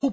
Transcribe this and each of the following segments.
O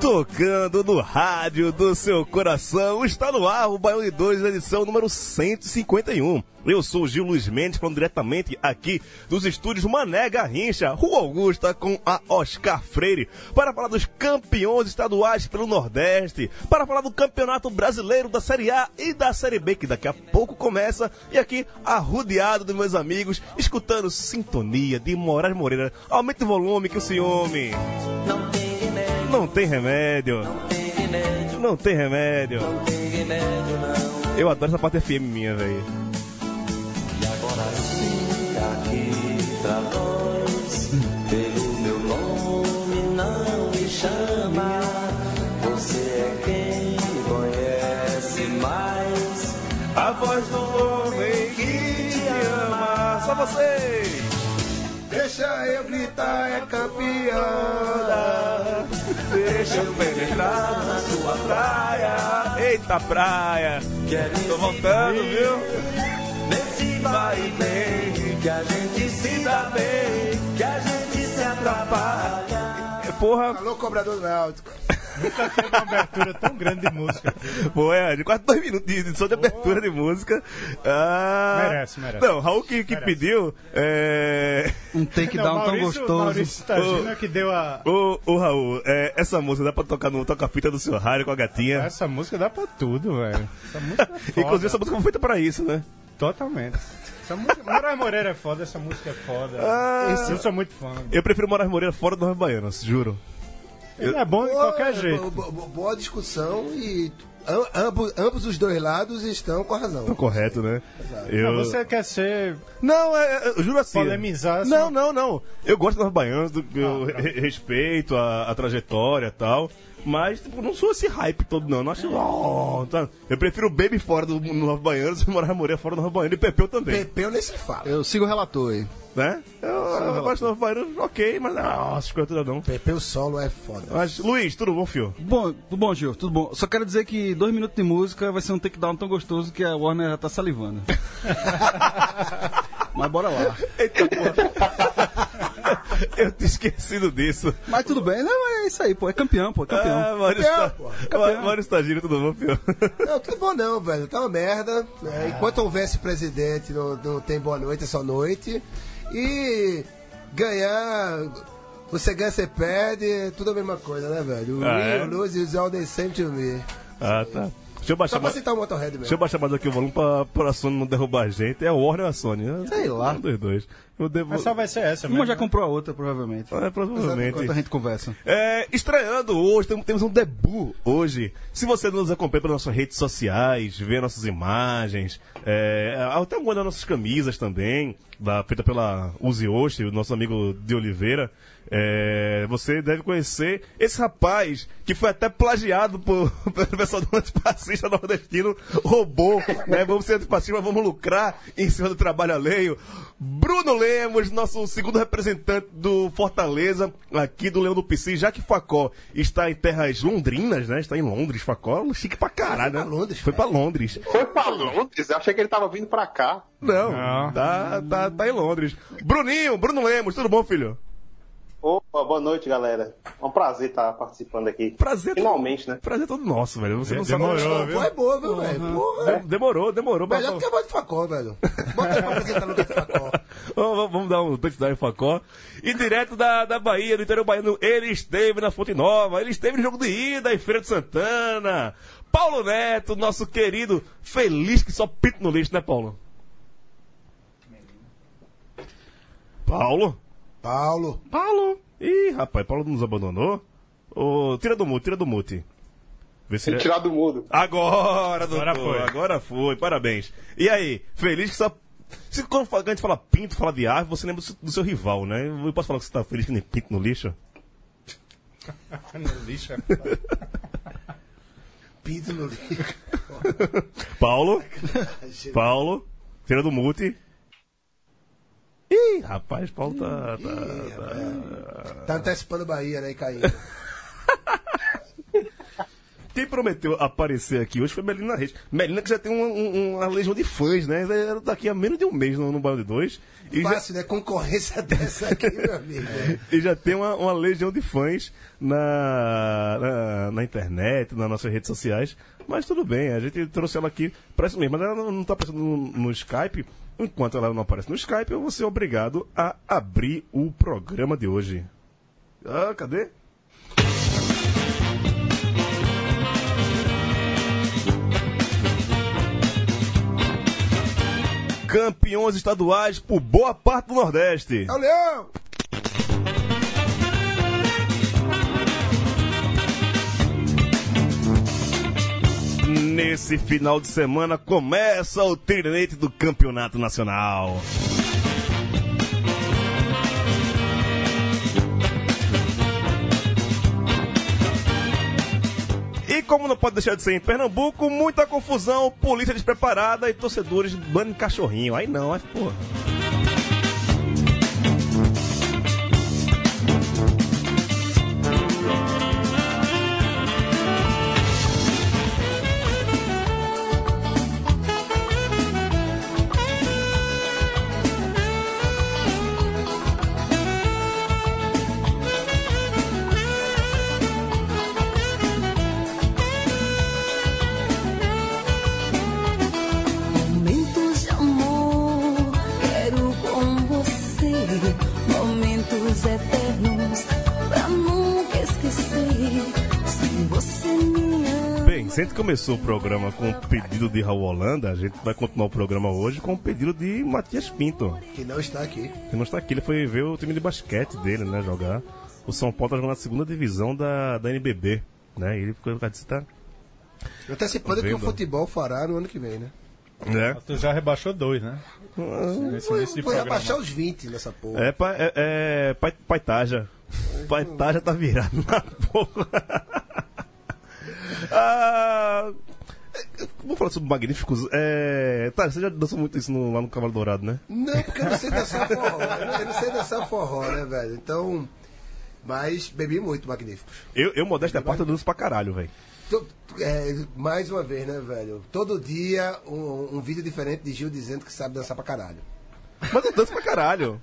Tocando no rádio do seu coração, está no ar o Baião de 2, edição número 151. Eu sou o Gil Luiz Mendes, falando diretamente aqui dos estúdios Mané Garrincha, Rua Augusta, com a Oscar Freire, para falar dos campeões estaduais pelo Nordeste, para falar do Campeonato Brasileiro da Série A e da Série B, que daqui a pouco começa, e aqui, arrodeado dos meus amigos, escutando Sintonia de Moraes Moreira. Aumente o volume que o senhor me... Não tem remédio, Não tem remédio. não tem remédio, Não tem remédio. não tem remédio não. Eu adoro essa parte FM minha, velho. E agora sim, aqui pra nós, pelo meu nome não me chama. Você é quem conhece mais. A voz do homem que te ama. Só você! Deixa eu gritar, é campeã. Deixa eu penetrar na tua praia. Eita praia! Tô voltando, viu? Nesse vai e vem, que a gente se dá bem, que a gente se atrapalha. É, Porra, Alô, cobrador do Náutico. pô, é de quase dois minutos de edição de abertura de música. Ah, Merece, merece. Não, Raul que, que pediu. É, Um take Não, down tão Maurício- gostoso. Maurício Tagino é que deu a. o, o Raul, é, essa música dá pra tocar no toca-fita do seu rádio com a gatinha. Essa música dá pra tudo, velho. Essa música é foda. Inclusive, essa música foi feita pra isso, né? Totalmente. Essa música... Moraes Moreira é foda, essa música é foda. Ah. Esse- Eu sou muito fã. Eu prefiro Moraes Moreira fora do Nova Baianos, juro. Ele é bom de Ah, qualquer jeito. Bo- bo- boa discussão e am- ambos, ambos os dois lados estão com a Tá razão. correto, né? Eu... Não, Ah, Você quer ser. Não, é, é, eu juro assim. Polemizar, assim. Não, não, não. Eu gosto das baianas, do, eu Ah, tá. re- respeito a, a trajetória e tal. Mas, tipo, não sou esse hype todo, não. Não acho. Oh, tá. Eu prefiro o Baby fora do Nova Baianos e morar Moreira fora do Nova Baiano e Pepeu também. Pepeu nem se fala. Eu sigo o relator aí. Né? Eu, eu gosto do Nova Baianos, ok, mas. ah, Nossa, escuta não. Pepeu solo é foda. Mas, Luiz, tudo bom, fio? Bom, tudo bom, Gil, tudo bom. Só quero dizer que dois minutos de música vai ser um takedown tão gostoso que a Warner já tá salivando. Mas bora lá. Eita porra. eu tinha esquecido disso. Mas tudo bem, não, é isso aí, pô. É campeão, pô, é campeão. Ah, Mário Campeão, Sta- pô. Mário- Mário Stagino, tudo bom, fio? Não, tudo bom não, velho. Tá uma merda. É, enquanto houvesse presidente, não, não tem boa noite, é só noite. E ganhar. Você ganha, você perde, é tudo a mesma coisa, né, velho? Ah, é? We lose is all the same to me. Ah, tá. Deixa eu baixar Só pra mais. citar o Motorhead Deixa eu mesmo. baixar mais aqui o volume pra, pra Sony não derrubar a gente. É o Warner ou a Sony? Sei lá. Um dos dois. Eu devo... Mas só vai ser essa, Uma mesmo, já né? comprou a outra, provavelmente. É, provavelmente. Enquanto a gente conversa. É, estreando hoje, tem- temos um debut hoje. Se você nos acompanha pelas nossas redes sociais, vê nossas imagens, é, até algumas das nossas camisas também, da, feita pela Uzi Oshi, o nosso amigo de Oliveira, é, você deve conhecer esse rapaz que foi até plagiado por, pelo pessoal do Antipassista jornalista nordestino roubou, né? Vamos ser antipatista, mas vamos lucrar em cima do trabalho alheio. Bruno Lemos, nosso segundo representante do Fortaleza, aqui do Leão do PC, já que Facó está em terras londrinas, né? Está em Londres, Facó, chique pra caralho, né? Foi pra Londres, Foi pra Londres. Foi pra Londres? Eu achei que ele tava vindo pra cá. Não, Não. Tá, tá, tá em Londres. Bruninho, Bruno Lemos, tudo bom, filho? Opa, boa noite, galera. É um prazer estar participando aqui. Prazer. Finalmente, né? Prazer é todo nosso, velho. Você não sabe- Demorou, viu? Pô, é boa, viu, velho? Porra. Dem- Demorou, demorou. mas- Melhor do que a voz de Facó, velho. Bota ele pra apresentar no lugar de Facó. Vamos vamos- vamos dar um touchdown em Facó. E direto da, da Bahia, do interior baiano, ele esteve na Fonte Nova, ele esteve no jogo de ida em Feira de Santana. Paulo Neto, nosso querido, feliz que só pinta no lixo, né, Paulo? Paulo? Paulo. Paulo? Ih, rapaz, Paulo nos abandonou? Ô, tira do mute, tira do mute. Vê se Tem que tirar do mundo. Agora, doutor. Agora Agora foi. foi. Parabéns. E aí, feliz que só... Se quando a gente fala pinto, fala de árvore, você lembra do seu- do seu rival, né? Eu posso falar que você tá feliz que nem pinto no lixo? No lixo. é- Pinto no lixo. Paulo? Paulo? Tira do mute. Ih, rapaz, Paulo tá... tá- Tá antecipando Bahia, né? E caindo. Quem prometeu aparecer aqui hoje foi Melina Reis. Melina que já tem um- um- uma legião de fãs, né? Ela Daqui a menos de um mês no, no Bairro de Dois. E já- Fácil, né? Concorrência dessa aqui, meu amigo. né? e já tem uma, uma legião de fãs na, na, na internet, nas nossas redes sociais. Mas tudo bem, a gente trouxe ela aqui para isso mesmo. Mas ela não, não tá aparecendo no, no Skype. Enquanto ela não aparece no Skype, eu vou ser obrigado a abrir o programa de hoje. Ah, cadê? Campeões estaduais por boa parte do Nordeste. É o Leão! Nesse final de semana começa o trinete do Campeonato Nacional. E como não pode deixar de ser em Pernambuco, muita confusão, polícia despreparada e torcedores bando de cachorrinho. Aí não, aí porra. Momentos de amor, quero com você. Momentos eternos, pra nunca esquecer. Se você me ama. Bem, sempre começou o programa com o pedido de Raul Holanda, a gente vai continuar o programa hoje com o pedido de Matias Pinto. Que não está aqui. que não está aqui, ele foi ver o time de basquete dele, né, jogar. O São Paulo tá jogando na segunda divisão da, da NBB, né? E ele ficou ele disse, tá, Antecipando que o Vendo. futebol fará no ano que vem, né? né? Tu já rebaixou dois, né? Ah. Nesse Foi, início de foi programa. abaixar os 20 nessa porra. É, pa, é, é pai, paitaja. Paitaja tá virado na porra. ah, é, vamos falar sobre Magníficos. É, tá, você já dançou muito isso no- lá no Cavalo Dourado, né? Não, porque eu não sei dançar forró. Eu não- Eu não sei dançar forró, né, velho? Então. Mas bebi muito, magníficos. Eu, eu modéstia à parte, eu danço pra caralho, velho. Tu- tu- é, mais uma vez, né, velho? Todo dia um, um vídeo diferente de Gil dizendo que sabe dançar pra caralho. Mas eu danço pra caralho.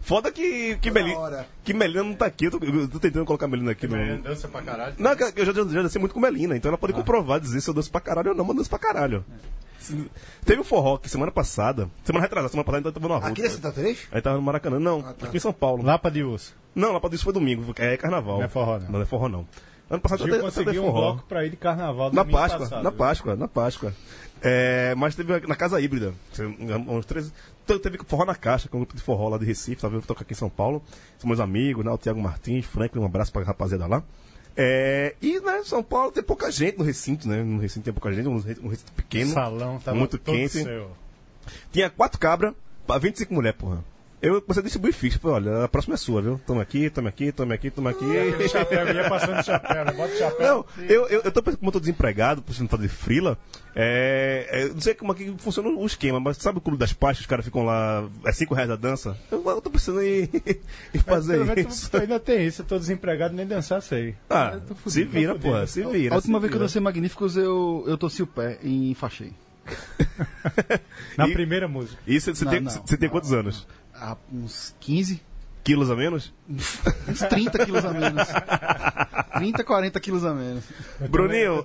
Foda que, que, Toda Melina- hora. que Melina não tá aqui. Eu tô, eu tô tentando colocar a Melina aqui no, Ele Dança pra caralho. Ah. Não, que eu já, já dancei muito com Melina, então ela pode comprovar, dizer se eu danço pra caralho ou não, mas eu danço pra caralho. Se- Teve um forró que semana passada, semana retrasada, semana passada, então eu tava Aqui numa Ah, tá. rua. na Santa Três? Aí tava no Maracanã, não, aqui em São Paulo. Lapa de urso. Não, lá pra isso foi domingo, é carnaval. Não é forró, não. Não, é forró, não. Ano passado Gil até- até teve conseguiu um forró. bloco pra ir de carnaval Na domingo Páscoa, passado, né? na viu? Páscoa, na Páscoa. É, mas teve na Casa Híbrida, uns três, então teve forró na caixa, com um grupo de forró lá de Recife, tava tocar aqui em São Paulo. São meus amigos, né? O Thiago Martins, Franklin, um abraço pra rapaziada lá. É, e né, São Paulo tem pouca gente no recinto, né? No recinto tem pouca gente, um recinto um recinto pequeno. O salão tava muito todo quente. seu. Tinha quatro cabras pra 25 mulheres, porra. Eu comecei a distribuir ficha. Falei, olha, a próxima é sua, viu? Toma aqui, toma aqui, toma aqui, toma aqui. Aquele chapéu, ia passando chapéu, né? bota chapéu. Não, eu, eu, eu tô, como eu tô desempregado, por não fazer frila, é, é, eu não sei como é que funciona o esquema, mas sabe o clube das pastas, os caras ficam lá, é 5 reais a dança? Eu, eu tô precisando em, em fazer Pelo menos isso. tu um ainda tem isso, eu tô desempregado, nem dançar sei. Ah, tô fudido, se tô vira, fudido. pô, se vira. A última se vez que eu vira. dancei Magníficos, eu, eu torci o pé e enfaixei. Na E- primeira música. E você você Não, tem, não, você tem não. quantos anos? Há Ah, uns 15, Quilos a menos? uns 30 quilos a menos. 30, 40 quilos a menos. Bruninho,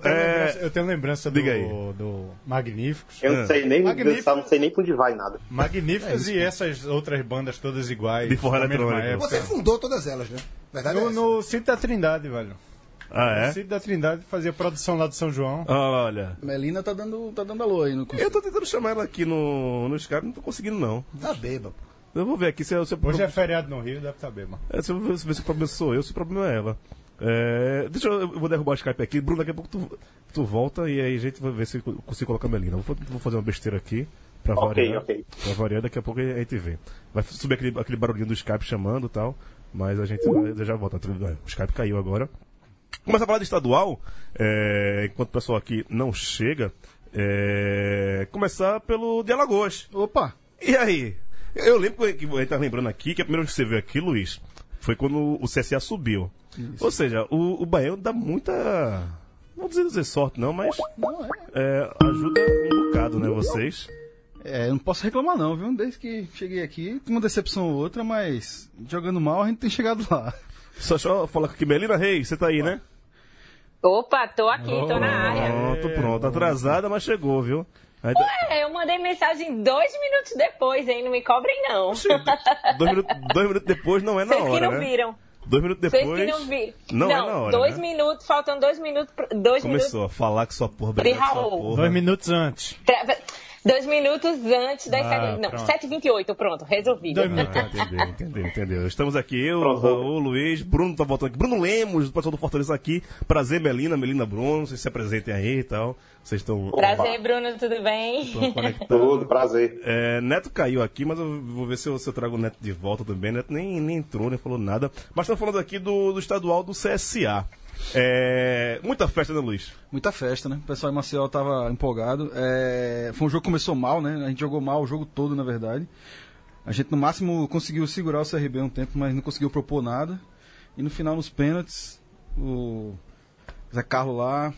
eu tenho é, lembrança, eu tenho lembrança Diga aí. do, do Magníficos. Ah, Eu não sei nem Magnífico. dançar, não sei nem pra onde vai nada. Magníficos e essas outras bandas todas iguais. De forró da mesma eletrônico. época. Você fundou todas elas, né? Verdade é No, essa. no Cinto da Trindade, velho. Ah, O é? Cinto da Trindade fazia produção lá do São João. Olha. Melina tá dando, tá dando alô aí no Eu tô tentando chamar ela aqui no, no Skype, não tô conseguindo, não. Tá bêbado. Eu vou ver aqui se, eu- se, eu- Hoje é feriado no Rio, deve tá saber, mano. É, se, eu ver, se o problema sou eu, se o problema é ela. É, deixa eu, eu vou derrubar o Skype aqui. Bruno, daqui a pouco tu, tu volta e aí a gente vai ver se eu consigo colocar a Melina. Vou, vou fazer uma besteira aqui pra Ok, variar. ok. Pra variar, daqui a pouco a gente vê. Vai subir aquele, aquele barulhinho do Skype chamando e tal, mas a gente vai, já volta. Tá O Skype caiu agora. Começa a falar de estadual, é, enquanto o pessoal aqui não chega. é, começar pelo de Alagoas. Opa! E aí? Eu lembro que ele tá lembrando aqui que a primeira vez que você veio aqui, Luiz, foi quando o CSA subiu. Ou seja, o, o Baiano dá muita. Não vou dizer, dizer sorte, não, mas. Não, é, é, ajuda um bocado, né, vocês? É, eu não posso reclamar não, viu? Desde que cheguei aqui, uma decepção ou outra, mas jogando mal a gente tem chegado lá. Só só falar com a Melina Reis, você tá aí, né? Opa, tô aqui, tô na área. Pronto, pronto. Atrasada, mas chegou, viu? Aí, tá- Ué, eu mandei mensagem dois minutos depois, hein? Não me cobrem, não. Oxi, dois, minutos, dois minutos depois não é na Vocês que não hora, né? viram. Dois minutos Vocês depois. que não viram. Não é na hora, dois né? minutos, Um faltando dois minutos. pro- Dois minutos. Começou a falar que sua porra brigar com sua Raul. porra. Dois minutos antes. tra- Dois minutos antes das Ah, sete. Não, pronto. 7h28, pronto, resolvi. Dois Ah, entendeu, entendeu, entendeu. Estamos aqui, eu, Pronto. Raul, Luiz, Bruno tá voltando aqui. Bruno Lemos, o pessoal do Fortaleza aqui. Prazer, Melina, Melina Bruno, vocês se apresentem aí e tal. Vocês estão Prazer, Bruno, tudo estão bem? conectados. Tudo, prazer. É, Neto caiu aqui, mas eu vou ver se eu, se eu trago o Neto de volta também. Neto nem, nem entrou, nem falou nada. Mas estamos falando aqui do, do estadual do CSA. É, muita festa, né, Luiz? Muita festa, né? O pessoal em Maceió tava empolgado. É, Foi um jogo que começou mal, né? A gente jogou mal o jogo todo, na verdade. A gente no máximo conseguiu segurar o CRB um tempo, mas não conseguiu propor nada. E no final, nos pênaltis, o Zé Carlos lá.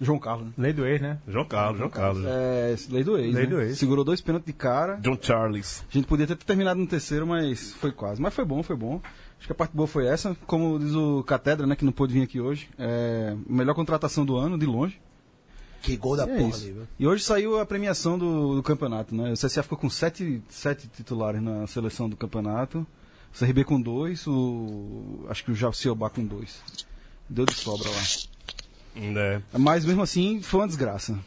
João Carlos, né? Lei do ex, né? João Carlos, João Carlos. É, lei do ex, Lei né? do ex. Segurou dois pênaltis de cara. John Charles. A gente podia ter terminado no terceiro, mas foi quase. Mas foi bom, foi bom. Acho que a parte boa foi essa. Como diz o Catedra, né, que não pôde vir aqui hoje, é melhor contratação do ano, de longe. Que gol da E é porra isso. ali, viu? E hoje saiu a premiação do, do campeonato, né? O CSA ficou com sete, sete titulares na seleção do campeonato. O CRB com dois, o. Acho que o Jaciobá com dois. Deu de sobra lá. É. Mas mesmo assim, foi uma desgraça.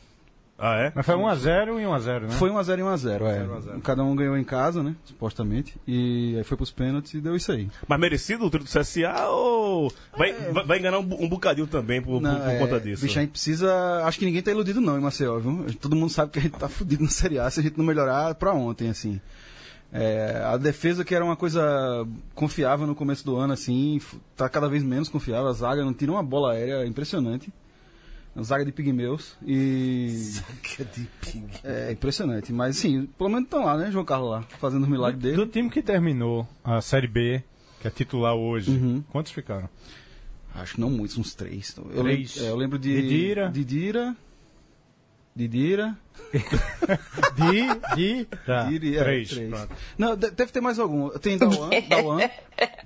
Ah, é? Mas foi 1x0 e 1x0, É? né? Foi 1x0 e 1x0, é. Cada um ganhou em casa, né? Supostamente. E aí foi pros pênaltis e deu isso aí. Mas merecido o trito do CSA ou vai, É. vai- vai enganar um, bu- um bocadinho também por, por- Não, por é, conta disso? Bicho, a gente precisa. Acho que ninguém tá iludido, não, em Maceió, viu? Todo mundo sabe que a gente tá fudido na Série A se a gente não melhorar pra ontem, assim. É, a defesa, que era uma coisa confiável no começo do ano, assim, f- tá cada vez menos confiável. A zaga não tira uma bola aérea é impressionante. A zaga de pigmeus. E. Que de ping. É impressionante. Mas, sim, pelo menos estão lá, né, João Carlos lá, fazendo o milagre dele. Do time que terminou a Série B, que é titular hoje, Uhum. quantos ficaram? Acho que não muitos, uns três. Eu, Três. lembro, é, eu lembro de. Didira. Didira. Didira. De, de, tá. Didira, é, três. três. Pronto. Não, de- deve ter mais algum. Tem Dawan, É. Dawan,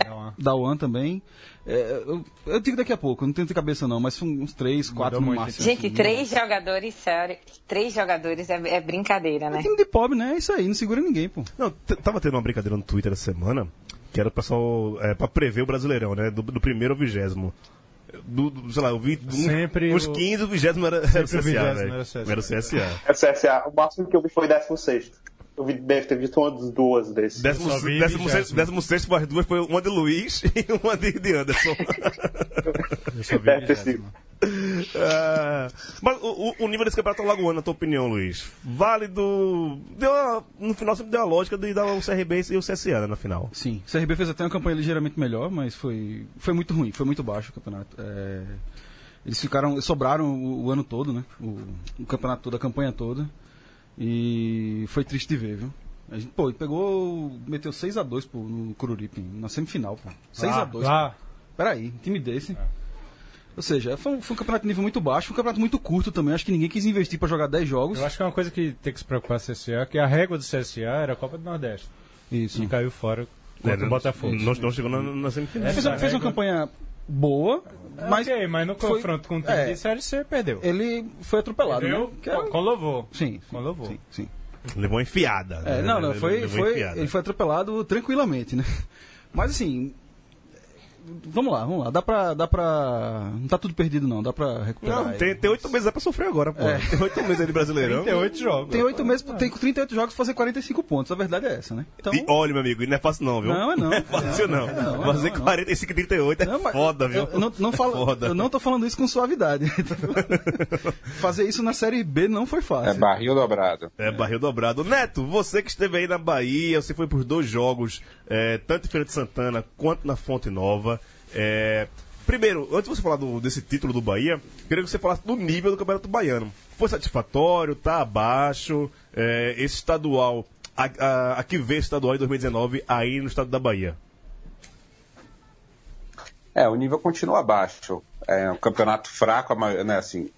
Não, Dawan também. É, eu, eu digo daqui a pouco, não tenho de cabeça não, mas são uns três, quatro no muito. máximo. Gente, assim. três jogadores, sério. Três jogadores é, é brincadeira, É né? time de pobre, né? É isso aí, não segura ninguém, pô. Não, t- tava tendo uma brincadeira no Twitter essa semana, que era o pessoal é, pra prever o Brasileirão, né? Do, do primeiro ao vigésimo. Do, do, sei lá, eu vi um- Sempre uns o- 15, o vigésimo era, era o CSA, Sempre o vigésimo velho. era o CSA. Era o CSA. É CSA, o máximo que eu vi foi 16. Eu vi, deve ter visto umas duas desses. Décimo, Eu só vi décimo, sexto, vigésimo. décimo sexto mais duas foi uma de Luiz e uma de, de Anderson. Eu só vi Deve ter né? vigésima. sido. É, mas o, o- o nível desse campeonato alagoano, na tua opinião, Luiz? Válido. Deu a- no final sempre deu a lógica de dar o CRB e o CSA né, na final. Sim. O CRB fez até uma campanha ligeiramente melhor, mas foi, foi muito ruim, foi muito baixo o campeonato. É, eles ficaram, sobraram o, o ano todo, né? O, o campeonato todo, a campanha toda. E foi triste de ver, viu? A gente, pô, pegou. meteu 6x2 pô, no Cururipe, na semifinal, pô. 6x2. Ah, lá. Peraí, time desse. Ou seja, foi um, foi um campeonato de nível muito baixo, foi um campeonato muito curto também. Acho que ninguém quis investir pra jogar 10 jogos. Eu acho que é uma coisa que tem que se preocupar o CSA, que a régua do CSA era a Copa do Nordeste. Isso. E caiu fora contra É, o Botafogo. Não, não chegou na, na semifinal. Fez, fez uma campanha boa, mas. É, Ok, mas no confronto com o time de Série C, perdeu. Ele foi atropelado, Entendeu? né? Que era- Com louvor. Sim, Com louvor. sim, sim. Levou uma enfiada. É, né? não, não, Levou foi, uma foi, enfiada. ele foi atropelado tranquilamente, né? Mas assim, vamos lá, vamos lá, dá pra, dá pra, não tá tudo perdido não, dá pra recuperar. Não, tem, tem oito meses dá pra sofrer agora, pô. É. Tem oito meses aí de Brasileirão. jogos. Tem oito meses, tem 38 jogos pra fazer 45 pontos, a verdade é essa, né? Então, E olha, meu amigo, não é fácil não, viu? Não, é não. Não é fácil não. não, é Fazer 45 e 38 é mas- foda, viu? eu não, não falo- É foda. eu não tô falando isso com suavidade. fazer isso na Série B não foi fácil. É barril dobrado. É, barril dobrado. Neto, você que esteve aí na Bahia, você foi por dois jogos, é, tanto em Feira de Santana quanto na Fonte Nova. É, primeiro, antes de você falar do- desse título do Bahia, queria que você falasse do nível do Campeonato Baiano. Foi satisfatório, tá abaixo, é, esse estadual, a, a, a que vê esse estadual em 2019 aí no estado da Bahia. É, o nível continua abaixo. É um campeonato fraco, a ma- né, assim.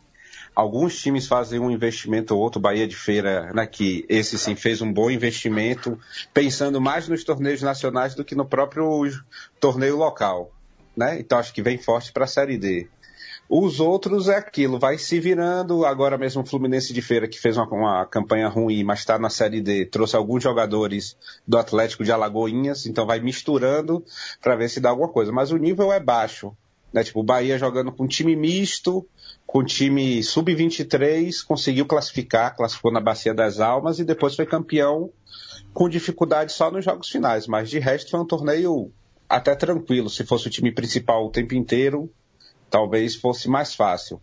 Alguns times fazem um investimento ou outro, Bahia de Feira, né, que esse sim fez um bom investimento, pensando mais nos torneios nacionais do que no próprio torneio local, né? Então acho que vem forte para a Série D. Os outros é aquilo, vai se virando. Agora mesmo o Fluminense de Feira, que fez uma, uma campanha ruim, mas está na Série D, trouxe alguns jogadores do Atlético de Alagoinhas, então vai misturando para ver se dá alguma coisa. Mas o nível é baixo. Né? Tipo, o Bahia jogando com time misto, com time sub-23, conseguiu classificar, classificou na Bacia das Almas e depois foi campeão com dificuldade só nos jogos finais. Mas de resto foi um torneio até tranquilo. Se fosse o time principal o tempo inteiro, talvez fosse mais fácil.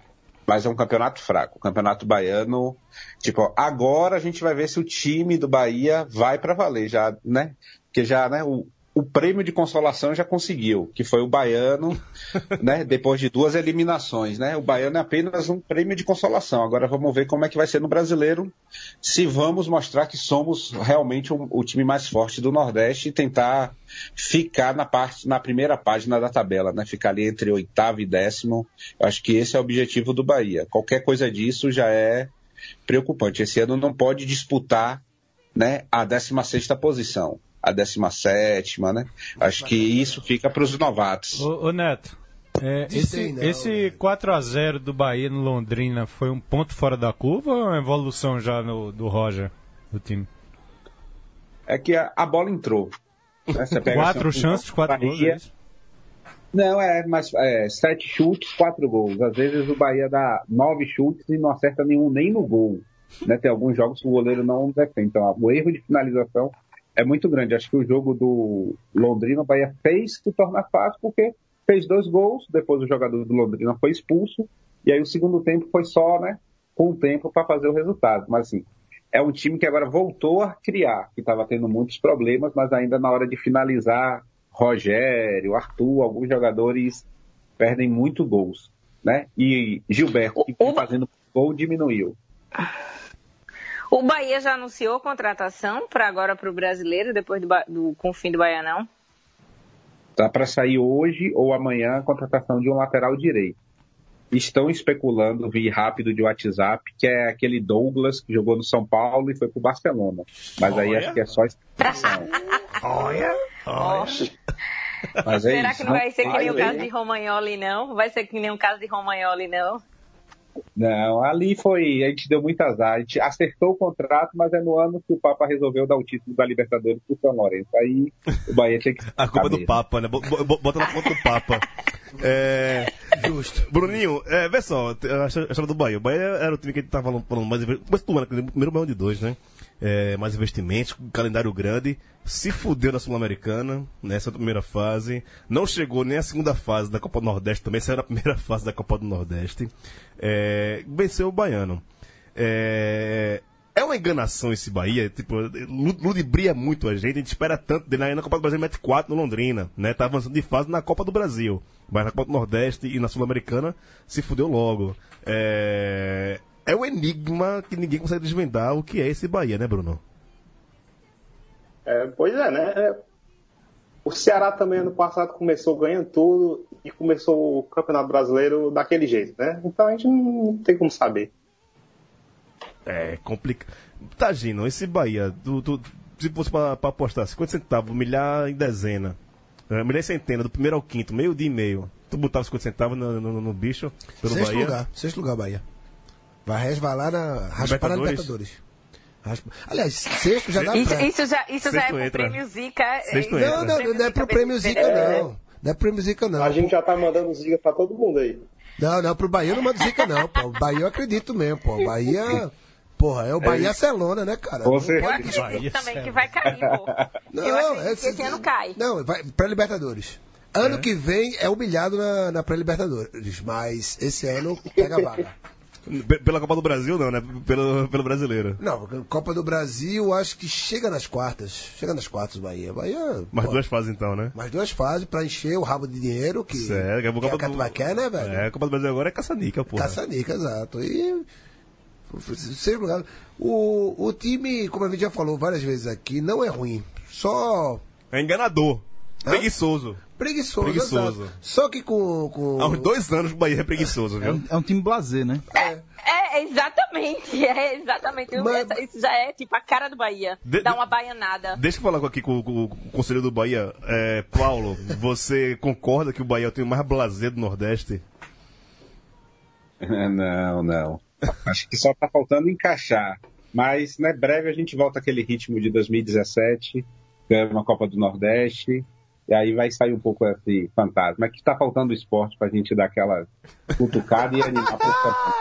Mas é um campeonato fraco. O campeonato baiano, tipo, agora a gente vai ver se o time do Bahia vai pra valer, já, né? Porque já, né, o, o prêmio de consolação já conseguiu, que foi o baiano, né? Depois de duas eliminações, né? O baiano é apenas um prêmio de consolação. Agora vamos ver como é que vai ser no brasileiro, se vamos mostrar que somos realmente um- o time mais forte do Nordeste e tentar ficar na parte na primeira página da tabela, né? Ficar ali entre oitavo e décimo. Eu acho que esse é o objetivo do Bahia. Qualquer coisa disso já é preocupante. Esse ano não pode disputar, né, a 16ª posição, a 17ª, né? Acho que isso fica para os novatos. Ô, ô, Neto, é, Diz esse, aí, não, né? esse 4x0 do Bahia no Londrina foi um ponto fora da curva ou é uma evolução já no- do Roger, do time? É que a, a bola entrou. Né? Você pega, Quatro assim, chances, quatro Bahia. gols. é isso? Não, é, mas é, sete chutes, quatro gols. Às vezes o Bahia dá nove chutes e não acerta nenhum nem no gol. Né? Tem alguns jogos que o goleiro não defende. Então, o erro de finalização é muito grande. Acho que o jogo do Londrina, o Bahia fez se tornar fácil, porque fez dois gols, depois o jogador do Londrina foi expulso, e aí o segundo tempo foi só, né, com o tempo para fazer o resultado. Mas assim, é um time que agora voltou a criar, que estava tendo muitos problemas, mas ainda na hora de finalizar, Rogério, Arthur, alguns jogadores perdem muito gols, né? E Gilberto, que vem fazendo gol, diminuiu. O Bahia já anunciou contratação para agora para o brasileiro, depois do, Ba- do com o fim do Baianão. Tá para sair hoje ou amanhã a contratação de um lateral direito. Estão especulando, vi rápido de WhatsApp, que é aquele Douglas que jogou no São Paulo e foi pro Barcelona. Mas aí Olha. acho que é só especulação. Olha, Mas é Será isso, que não vai ser que nem o vai caso ver. de Romagnoli, não? Vai ser que nem o caso de Romagnoli, não? Não, ali foi. A gente deu muito azar. A gente acertou o contrato, mas é no ano que o Papa resolveu dar o título da Libertadores pro São Lourenço. Aí o Bahia tinha que. A culpa do Papa, né? Bo- bo- bo- Bota na conta do Papa. É... Justo. Bruninho, é, vê só, a história a história do Bahia. O Bahia era o time que a gente tava falando, falando mais. Começo do ano, aquele primeiro Baião de dois, né? é, mais investimentos, com calendário grande, se fudeu na Sul-Americana, nessa primeira fase, não chegou nem à segunda fase da Copa do Nordeste também, saiu na primeira fase da Copa do Nordeste, é, venceu o Baiano. É, é uma enganação esse Bahia, tipo, lu- ludibria muito a gente, a gente espera tanto dele aí na Copa do Brasil, mete 4 no Londrina, né? Tá avançando de fase na Copa do Brasil, mas na Copa do Nordeste e na Sul-Americana se fudeu logo. É... é um enigma que ninguém consegue desvendar o que é esse Bahia, né, Bruno? É, pois é, né? É. O Ceará também ano passado começou ganhando tudo e começou o Campeonato Brasileiro daquele jeito, né? Então a gente não tem como saber. É complicado. Tá, Gino, esse Bahia, do, do- se fosse pra, pra apostar 50 centavos, milhar em dezena, é, milhar em centena, do primeiro ao quinto, meio dia e meio, tu botava 50 centavos no, no- no bicho, pelo sexto Bahia. lugar, sexto lugar, Bahia. Vai resvalar na. raspar na Libertadores? Libertadores. Raspa- Aliás, sexto já dá Isso, pra. isso já, isso já é pro prêmio Zica. é, isso é Não, não, não é pro prêmio Zica, É. não. Não é pro prêmio Zica, não. A gente já tá mandando ziga pra todo mundo aí. Não, não, pro Bahia eu não manda zica, não, pô. O Bahia eu acredito mesmo, pô. O Bahia. Porra, é o Bahia Celona, né, cara? Com Não certeza. pode- Eu acredito Também que vai cair, pô. Não, é assim, acredito que esse ano cai. Não, vai pra Libertadores. Ano que vem é humilhado na, na pré-Libertadores, mas esse ano pega a vaga. P- Pela Copa do Brasil, não, né? Pelo, pelo brasileiro. Não, Copa do Brasil acho que chega nas quartas. Chega nas quartas o Bahia. Bahia. Mais pô, duas fases, então, né? Mais duas fases pra encher o rabo de dinheiro que, Certo, daqui a pouco que a Copa do- Catuba quer, né, velho? É, a Copa do Brasil agora é caça-nica, porra. Caçanica, exato. E. Seis lugar. O, o time, como a gente já falou várias vezes aqui, não é ruim. Só. É enganador. Preguiçoso. Preguiçoso. Preguiçoso. exato. Só que com. com... Há uns dois anos o Bahia é preguiçoso, viu? É um time blazer, né? É, exatamente. É, exatamente. Essa- Isso já é tipo a cara do Bahia. De- Dá uma baianada. Deixa eu falar aqui com, com- com o conselheiro do Bahia. É, Paulo, você concorda que o Bahia tem o mais blazer do Nordeste? Não, não. Acho que só tá faltando encaixar. Mas, né, breve a gente volta àquele ritmo de 2017, ganhando né, uma Copa do Nordeste, e aí vai sair um pouco esse fantasma. Que tá faltando esporte pra gente dar aquela cutucada e animar pro campeonato.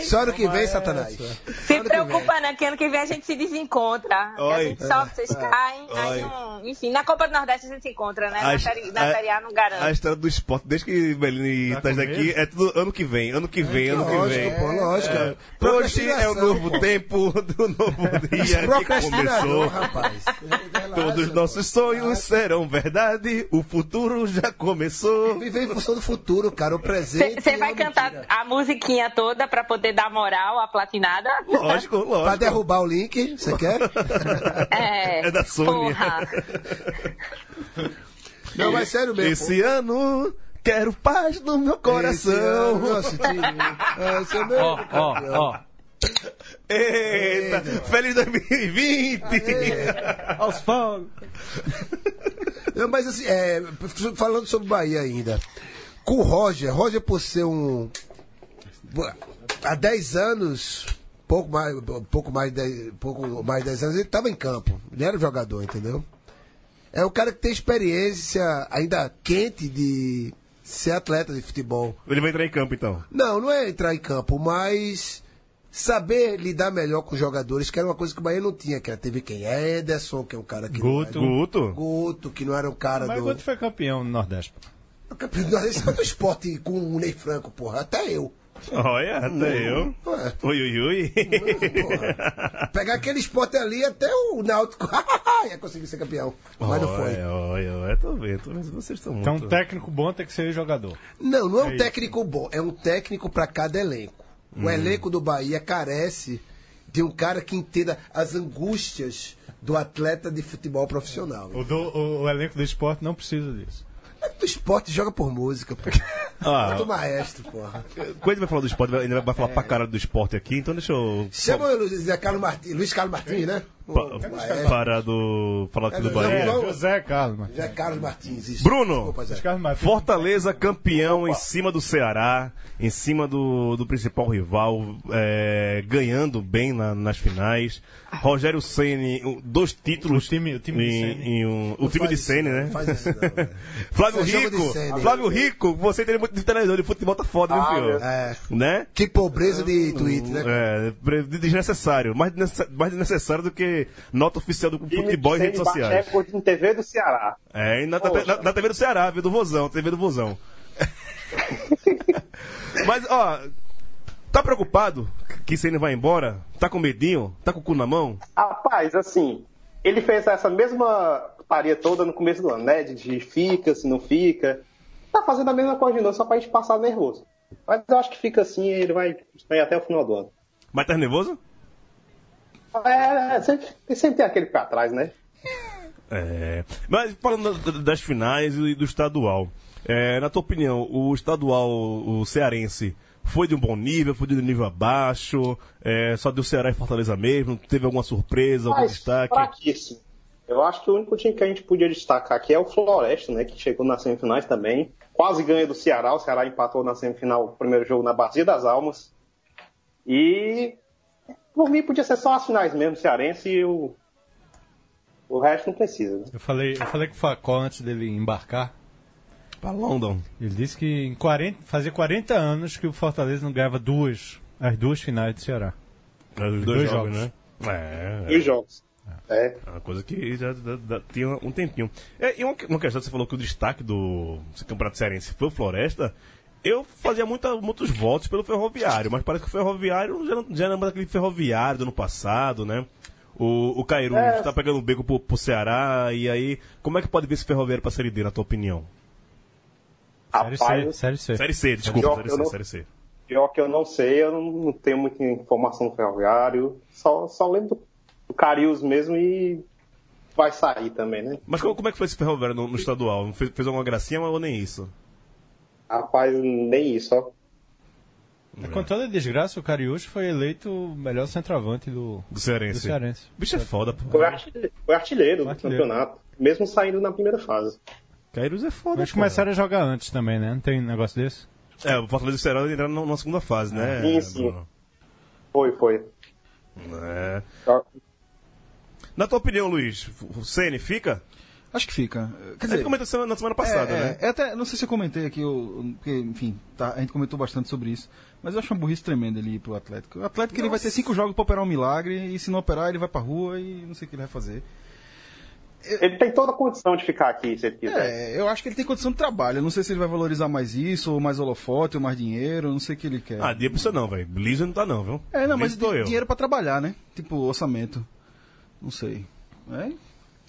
Só ano é que vem, Satanás. Se preocupa, né? Que ano que vem a gente se desencontra. A Oi. gente sobe, vocês É. caem. aí Oi. não- Enfim, na Copa do Nordeste a gente se encontra, né? Na As- série, na a- série A não garanto. A história do esporte, desde que Belini tá daqui, é tudo ano que vem, ano que vem, ano que É, lógico, vem. pô, lógico. É. Hoje é o novo Procrastinação, tempo do novo dia que Procrastinador, começou. rapaz. Todos nossos sonhos serão verdade, o futuro já começou. Viver em função do futuro, cara, o presente. é um Você vai cantar a musiquinha toda pra poder dar moral à platinada? Lógico, lógico. Pra derrubar o link, você quer? É. É da Sony. Porra. Não, mas sério mesmo. Esse ano quero paz no meu coração. ano eu senti- é, esse ano eu- Ó, ó, ó. Eita, feliz 2020! Aos fogos! Não, mas assim, é, falando sobre Bahia ainda. Com o Roger, Roger por ser um. Há 10 anos, pouco mais, pouco mais, de, 10 pouco mais de 10 anos, ele estava em campo. Ele era jogador, entendeu? É um cara que tem experiência ainda quente de ser atleta de futebol. Ele vai entrar em campo então. Não, não é entrar em campo, mas saber lidar melhor com os jogadores, que era uma coisa que o Bahia não tinha, que era teve quem? Ederson, que é um cara que Guto. não era... Guto. Guto, que não era um cara Mas do... quando foi campeão no Nordeste? Esse foi do esporte com o Ney Franco, porra, até eu. Olha, até eu. Ui, ui, ui. Pegar aquele esporte ali, até o Náutico ia conseguir ser campeão. Mas não é. foi. Olha, olha, olha, tô vendo, tô vendo, vocês estão muito... Então, um técnico bom tem que ser jogador. Não, não é É um isso. técnico bom, é um técnico para cada elenco. O Hum. elenco do Bahia carece de um cara que entenda as angústias do atleta de futebol profissional. O, do- o- o elenco do esporte não precisa disso. O esporte joga por música, pô. Ah, Bota o maestro, porra. quando ele Eh, vai falar do esporte, ele vai- vai falar É. pra cara do esporte aqui, então deixa eu... Chama o Luiz Carlos Martins, Luiz Carlos Martins, né? O, o maestro. Parar do... Falar aqui do Bahia. É, José Carlos Martins. José Carlos Martins, isso. Bruno, Desculpa, Zé. Fortaleza um campeão em cima do Ceará, em cima do, do principal rival, é, ganhando bem na- nas finais. Rogério Ceni, um, dois títulos. O time, o time de em, Ceni. em um- o Não time faz de isso, Ceni, né? não faz isso Flávio Isso é jogo de Rico, Ceni. Flávio Rico, você tem vejo muito de televisão, de futebol tá foda, Ah, viu, filho? meu. É. Né? Que pobreza de tweet, né? É, pre- desnecessário. Mais, nece- mais desnecessário do que nota oficial do futebol em redes É sociais. recorde em TV do Ceará. É, e na, na- na- na TV do Ceará, viu? Do Vozão, TV do Vozão. Mas, ó, tá preocupado que Senna vai embora? Tá com medinho? Tá com o cu na mão? Rapaz, assim, ele fez essa mesma putaria toda no começo do ano, né? De, de fica, se não fica. Tá fazendo a mesma coisa de novo, só pra gente passar nervoso. Mas eu acho que fica assim, ele vai vai até o final do ano. Mas tá nervoso? É, sempre, sempre tem aquele pra trás, né? É. Mas falando da- das finais e do estadual, é, na tua opinião, o estadual o cearense foi de um bom nível, foi de um nível abaixo, é, só deu Ceará e Fortaleza mesmo, teve alguma surpresa, algum Mas destaque? fraquíssimo. Eu acho que o único time que a gente podia destacar aqui é o Floresta, né? Que chegou nas semifinais também. Quase ganha do Ceará. O Ceará empatou na semifinal o primeiro jogo na Bacia das Almas. E por mim podia ser só as finais mesmo, Cearense e o. O resto não precisa, né? Eu falei, eu falei com o Facó antes dele embarcar. Pra London. Ele disse que em 40, fazia 40 anos que o Fortaleza não ganhava duas, as duas finais do Ceará. Os dois, jogos, né? É. Dois jogos. É. Uma coisa que já, já- já tinha um tempinho. É, e uma, uma questão que você falou que o destaque do Campeonato Cearense foi o Floresta. Eu fazia muita, muitos votos pelo Ferroviário, mas parece que o Ferroviário já não, já não é mais aquele Ferroviário do ano passado, né? O, o Cairu É. está pegando o beco pro, pro Ceará, e aí, como é que pode ver esse Ferroviário pra Série D, na tua opinião? Série Rapaz, C, Série C. Série C, desculpa, Série Pior que É. eu C, não- Série C. Pior que eu não sei, eu não, não tenho muita informação do ferroviário. Só, só lembro do Carius mesmo e vai sair também, né? Mas como, como é que foi esse Ferroviário no, no estadual? Fez, fez alguma gracinha ou nem isso? Rapaz, nem isso, ó. Com toda a desgraça, o Cariúcho foi eleito o melhor centroavante do, do Cearense. do Cearense. Bicho é foda, pô. Foi artilheiro, foi artilheiro do Artilheiro. campeonato, mesmo saindo na primeira fase. Cairus é foda, Eles começaram a jogar antes também, né? Não tem negócio desse? É, o Fortaleza e o Ceará entraram na, na segunda fase, né? Sim, sim. Bruno? Foi, foi. É. Na tua opinião, Luiz, o Ceni fica? Acho que fica. Quer Você comentou semana- na semana passada, é, né? é, é até, não sei se eu comentei aqui, eu- eu- porque, enfim, tá, a gente comentou bastante sobre isso. Mas eu acho uma burrice tremenda ele ir pro Atlético. O Atlético ele vai ter cinco jogos pra operar um milagre, e se não operar, ele vai pra rua e não sei o que ele vai fazer. Ele tem toda a condição de ficar aqui, se ele quiser. É, eu acho que ele tem condição de trabalho. Eu não sei se ele vai valorizar mais isso, ou mais holofote, ou mais dinheiro, eu não sei o que ele quer. Ah, dia pra você não, velho. Liso não tá não, viu? é, não, mas Liso tô di- eu. dinheiro pra trabalhar, né? Tipo, orçamento. Não sei. É?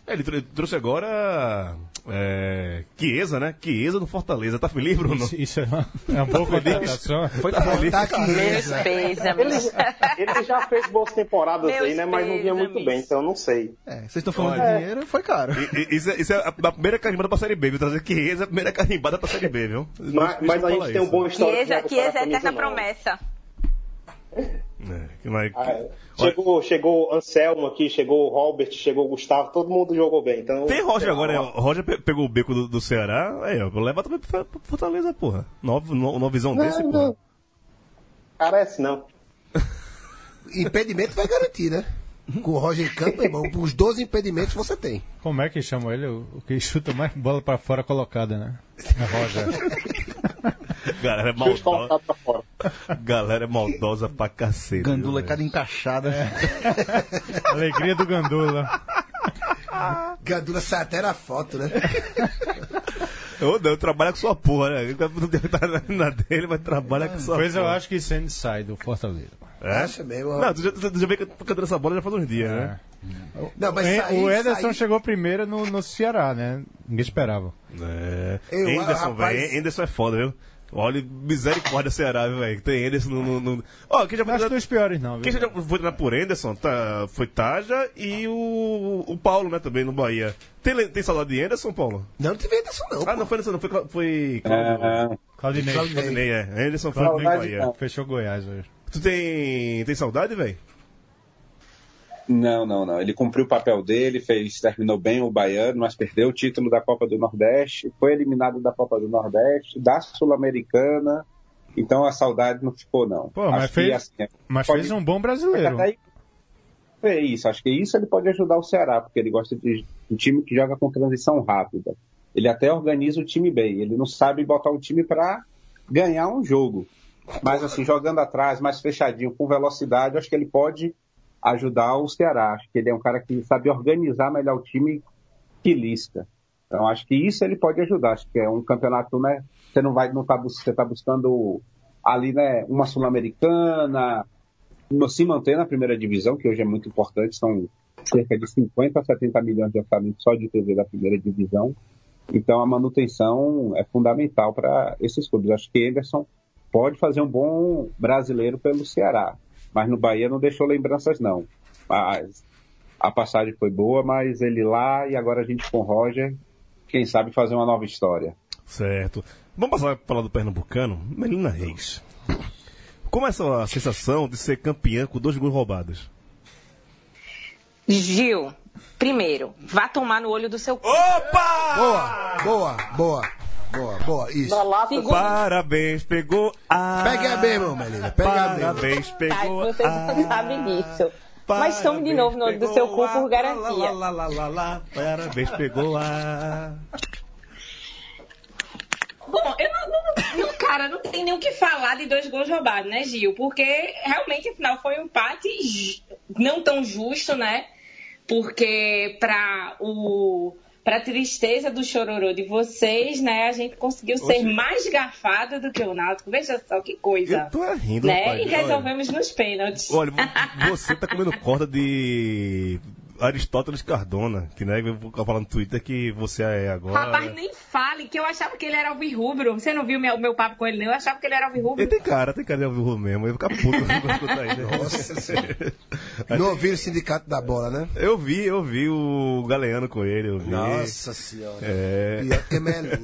É, ele tr- trouxe agora... É... Chiesa, né? Chiesa do Fortaleza. Tá feliz, Bruno? Isso, isso é uma, é uma boa feliz? contratação. Foi tá feliz? Ele, É. ele já fez boas temporadas aí, né? Mas não vinha muito bem, então eu não sei. É, vocês estão falando de dinheiro, foi caro. Isso é, isso é a, a primeira carimbada pra Série B, viu? Trazer Chiesa é a primeira carimbada pra Série B, viu? Não- Mas, mas não a fala gente tem um isso. bom histórico. Chiesa, né, Chiesa é com eterna camisa nova. promessa. É, mas- Ah, Chegou, chegou Anselmo aqui, chegou o Robert, chegou o Gustavo, todo mundo jogou bem. Então, Tem Roger agora, né? O Roger pe- pegou o beco do, do Ceará. Aí, ó, leva também pro Fe- pro Fortaleza, porra. Nova, no, nova visão desse, Não, porra. não. Parece é não. É. Impedimento vai garantir, né? Com o Roger Campo, irmão, os 12 impedimentos você tem. Como é que chamam ele? O o que chuta mais bola pra fora colocada, né? É Roger. Galera é maldosa. Galera é maldosa pra cacete. Gandula é viu, cada encaixada. Alegria do Gandula. Gandula sai até na foto, né? velho? Ô, não, trabalha com sua porra, né? Não deve estar na- na dele, mas trabalha com sua Pois eu porra. acho que Sandy sai do Fortaleza. É? Acha né? mesmo, ó. Não, tu já, tu já vê que eu tô cantando essa bola já faz uns dias, né? Não, mas o, sair- o Ederson sair- chegou primeiro no, no Ceará, né? Ninguém esperava. É. Eu, Anderson, rapaz- velho. Anderson é foda, viu? Olha, misericórdia Ceará, viu, velho? Tem Anderson no. no, no... Ó, quem já foi Acho dos piores, não. Quem Viu? já foi treinar por Anderson tá, foi Taja e o, o Paulo, né, também, no Bahia. Tem, le- tem saudade de Anderson, Paulo? Não, não teve Anderson, não. Ah, não foi Anderson, não. Foi... Cla- foi... É. Claudinei. Claudinei, é. Anderson foi pro Claudinei Bahia. Fechou Goiás hoje. Tu tem, tem saudade, velho? Não, não, não. Ele cumpriu o papel dele, fez, terminou bem o baiano, mas perdeu o título da Copa do Nordeste, foi eliminado da Copa do Nordeste, da Sul-Americana. Então a saudade não ficou, não. Pô, mas Acho fez- que, assim, Mas pode- fez um bom Mas brasileiro. até aí- É isso, acho que isso ele pode ajudar o Ceará, porque ele gosta de um time que joga com transição rápida. Ele até organiza o time bem, ele não sabe botar o time para ganhar um jogo. Mas assim, jogando atrás, mais fechadinho, com velocidade, acho que ele pode ajudar o Ceará. Acho que ele é um cara que sabe organizar melhor o time que lista. Então acho que isso ele pode ajudar. Acho que é um campeonato, né? Você não vai, não tá, você tá buscando ali, né? Uma sul-americana, se manter na primeira divisão, que hoje é muito importante, são cerca de 50 a 70 milhões de orçamento só de TV da primeira divisão. Então a manutenção é fundamental para esses clubes. Acho que Anderson pode fazer um bom brasileiro pelo Ceará, mas no Bahia não deixou lembranças não. Mas a passagem foi boa, mas ele lá e agora a gente com o Roger, quem sabe fazer uma nova história. Certo. Vamos passar para falar do pernambucano, Melina Reis. Como é essa sensação de ser campeã com dois gols roubados? Gil, primeiro, vá tomar no olho do seu cu. Opa! Boa, boa, boa. Boa, boa, isso. Na lata. Segundo. Parabéns, pegou a. Pega bem, irmão, Melina. Pega bem. Parabéns, pegou Ai, vocês não sabem disso. Mas tome de novo no olho do seu cu por garantia. Lá, lá, lá, lá, lá, Parabéns, pegou a. Bom, eu não, não- não- cara, não tem nem o que falar de dois gols roubados, né, Gil? Porque realmente, afinal, foi um empate ju- não tão justo, né? Porque para o para tristeza do chororô de vocês, né, a gente conseguiu ser Oxe. mais garfada do que o Náutico. Veja só que coisa. Eu tô é rindo, né? rapaz. E resolvemos nos pênaltis. Olha, vo- você tá comendo corda de Aristóteles Cardona, que né, eu vou falar no Twitter que você é agora. Rapaz, nem fale que eu achava que ele era alvirrubro. Você não viu meu, meu papo com ele, não? Eu achava que ele era alvirrubro. Ele é tem cara, tem cara de Alvirro mesmo, eu vou ficar puto quando eu escutar ele. Nossa Senhora. Não ouviram o sindicato da bola, né? Eu vi, eu vi o Galeano com ele, eu vi. Nossa senhora. É. Pior que Melina.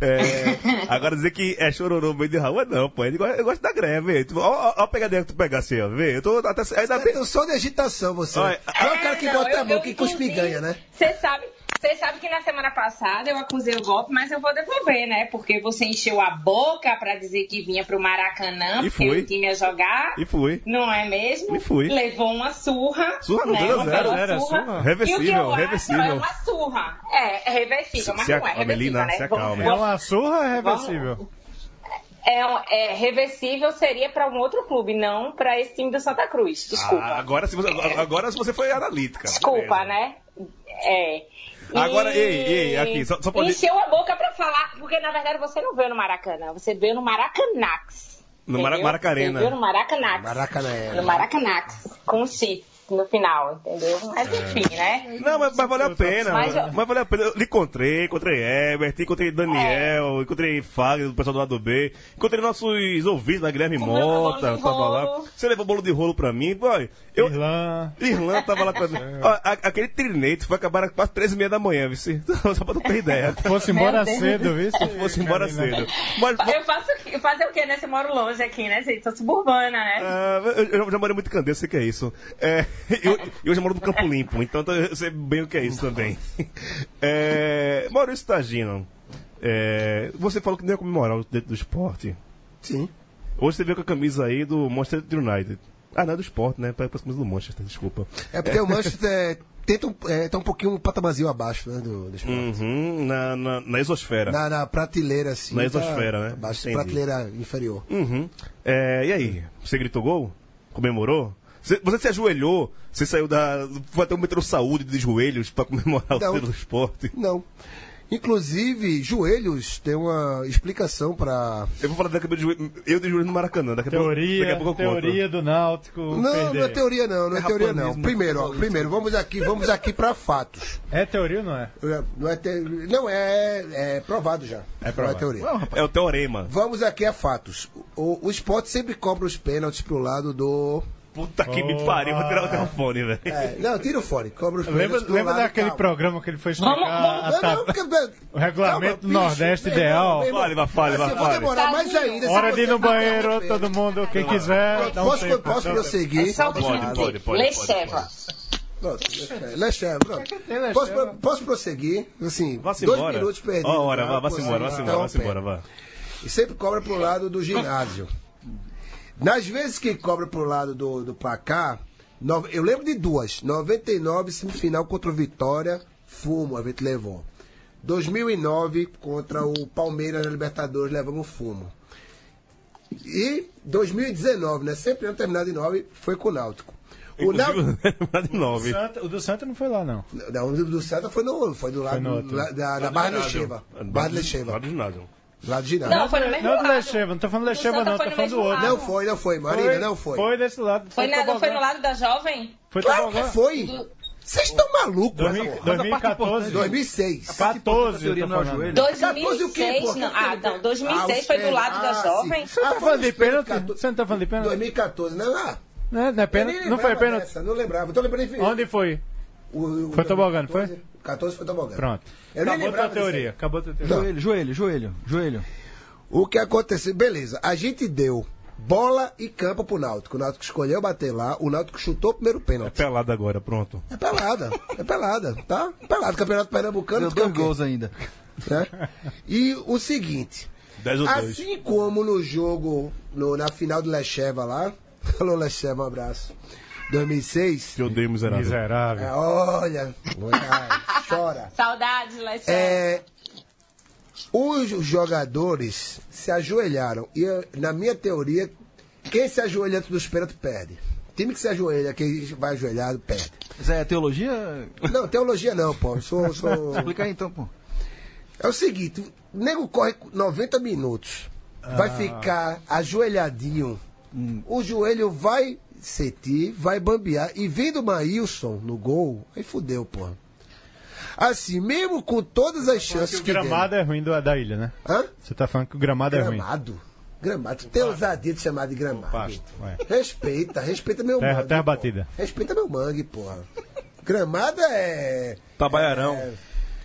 É, agora dizer que é chororô meio de rua, não, pô. Eu gosto, eu gosto da greve, velho. Ó, ó a pegadinha que tu pega assim, ó. Vê, eu tô até. Ainda bem... Eu sou de agitação, você. Olha, é o cara que não, bota Ah, eu- a mão, eu, que cuspe inclusive, ganha, né? Você sabe, você sabe que na semana passada eu acusei o golpe, mas eu vou devolver, né? Porque você encheu a boca pra dizer que vinha pro Maracanã, porque E fui. o time ia jogar. E fui. Não é mesmo? E fui. Levou uma surra. Surra não, né? dois a Uma zero, bela era surra. surra. E o que Reversível, eu acho reversível. É uma surra. É, é reversível, mas Se não é acalma, reversível, Melina, né? se Vamos- acalma. É uma surra ou é reversível? É, um- é, reversível seria pra um outro clube, não pra esse time do Santa Cruz. Desculpa. Ah, agora, se você, agora se você foi analítica. Desculpa, né? É. Agora, ei, ei, aqui, só- só pra- Encheu a boca pra falar, porque na verdade você não veio no Maracanã, você veio no Maracanax. No Mara- entendeu? Maracarena. Você veio no Maracanax. Maracanã. No Maracanax, com o X no final, entendeu? Mas enfim, né? É. Não, mas, mas valeu a pena. Mas Mas, eu- mas valeu a pena. Eu lhe encontrei, encontrei Herbert, encontrei Daniel, É. encontrei Fagner, do pessoal do lado B, encontrei nossos ouvintes, né? Guilherme Comeu Mota, bolo de tava lá. rolo. Você levou bolo de rolo pra mim, boy. Eu, Irlã. Irlanda tava lá também. Ó, a- aquele trineto foi acabar quase três e meia da manhã, viu? se- Só pra não ter ideia. Fosse embora cedo, viu? se- Fosse embora Carolina. cedo. Mas, Eu faço o quê? fazer o quê, né? Você mora longe aqui, né? Gente, sou suburbana, né? Ah, eu, eu já morei muito em Candeias, sei o que é isso. É, eu, eu já moro no Campo Limpo, então eu sei bem o que é isso também. É, Maurício Tagino, é, você falou que não ia comemorar o dentro do esporte. Sim. Hoje você veio com a camisa aí do Manchester United. Ah, não é do esporte, né? Parece a camisa do Manchester, desculpa. É porque o Manchester é, tenta um, é, tá um pouquinho um patamarzinho abaixo, né? Do, do esporte. Uhum, na, na, na exosfera. Na, na prateleira, assim. Na tá exosfera, né? Abaixo, Entendi. prateleira inferior. Uhum. É, e aí? Você gritou gol? Comemorou? Você, você se ajoelhou? Você saiu da. Foi até o metrô saúde de joelhos pra comemorar o Não. título do esporte? Não. Inclusive, joelhos tem uma explicação para Eu vou falar daqui a pouco de joelho, eu de joelho no Maracanã. Daqui a pouco- daqui Teoria, a pouco eu conto. teoria do Náutico. Não, perder. né? não é teoria não, não é, É teoria não. rapanismo, Primeiro, ó, primeiro, vamos aqui, vamos aqui para fatos. É teoria ou não é? Não é, te- não é, é provado já. Não é provado. teoria. É o teorema. Vamos aqui a fatos. O, o esporte sempre cobra os pênaltis pro lado do. Puta que me pariu, vou tirar o telefone, velho. É, não, tira o fone, cobra os Lembra, pênaltis pro lembra lado. daquele calma. programa que ele foi Vamos- explicar vamos- a Não, não, tab- porque- o Calma, regulamento bicho, Nordeste meu irmão, ideal? meu irmão. Fale, vá, fale, vá, Assim, eu vou fale. demorar mais ainda. se é Hora de ir você no não der banheiro, pênalti. todo mundo, quem quiser, dá um Posso, tempo. posso dá um tempo. prosseguir? É Só Pode, pode, pode, pode, Lecheva. Pronto, Lecheva, pronto. Lecheva. Posso, pro- posso prosseguir? Assim, Vá-se dois embora. minutos perdidos. Ó, hora, né? vá, vá-se Pô, embora, assim, vá-se então, embora, vá-se embora, vá. E sempre cobra pro lado do ginásio. Nas vezes que cobra pro lado do, do placar, no- eu lembro de duas. 99, semifinal contra o Vitória, fumo, a gente levou. 2009 contra o Palmeiras na Libertadores, levamos fumo. E 2019, né? Sempre ano terminado em 9, foi com o Náutico. O Náutico... O, Santa, o do Santa não foi lá, não. Não, o do Santa foi, no, foi do Foi no lado outro. lá- da, da Barra Lecheva. Barra Lecheva. Lado do ginásio. Lado do ginásio. Não, foi no mesmo Não do lado. Lecheva, não tô falando do Lecheva, Santa não, foi tô no falando do mesmo outro. lado. Não foi, não foi, Marina, não foi. Foi desse lado. Foi, na, não foi tobogã. no lado da jovem? Foi claro tobogã. que foi. Vocês estão malucos, Dois mil- essa porra. 2014. 2006. 14, eu tô falando. 14 o quê, 2006, pô? não. Aquele Ah, não. 2006 Ah, foi do os lado da pênaltis. jovem. Você não tá falando de pênalti? Você não tá falando de pênalti? 2014, não, ah, Não, é- não é eu nem pênalti? Não lembrava foi pênalti? dessa, Não lembrava, Então, tô lembrando enfim. Onde foi? O, o Foi tobogã, não foi? 14 foi tobogã. Pronto. Eu nem Acabou a tua lembrava teoria. disso aí. Acabou a tua teoria. Joelho, joelho, joelho, joelho. O que aconteceu? Beleza, a gente deu bola e campo pro Náutico. O Náutico escolheu bater lá, o Náutico chutou o primeiro pênalti. É Pelado agora, pronto. É pelada, é pelada, tá? Pelada, Campeonato Pernambucano. Deu tu quer dois o quê? gols ainda. Né? E o seguinte, 10 ou 2. assim como no jogo, no- na final do Lecheva lá, falou Lecheva, um abraço, 2006, Te odeio, miserável. é, Miserável. olha, olha, chora. Saudades, Lecheva. É, os jogadores se ajoelharam. E eu, na minha teoria, quem se ajoelha antes dos pênaltis perde. Time que se ajoelha, quem vai ajoelhado, perde. Zé, é teologia? Não, teologia não, pô. Sou, sou... Explica aí então, pô. É o seguinte, o nego corre 90 minutos. Vai Ah. ficar ajoelhadinho. Hum. O joelho vai sentir, vai bambear. E vindo o Maílson no gol, aí fudeu, pô. Assim, mesmo com todas as chances O que deram- gramado é ruim do, da ilha, né? Hã? Você tá falando que o gramado é ruim. Gramado. Gramado. Tu tem ousadia de chamar de gramado. pasto, vai. Respeita, respeita meu Terra, mangue. terra pô. batida. Respeita meu mangue, porra. Gramado é. Tá Tabaiarão. é-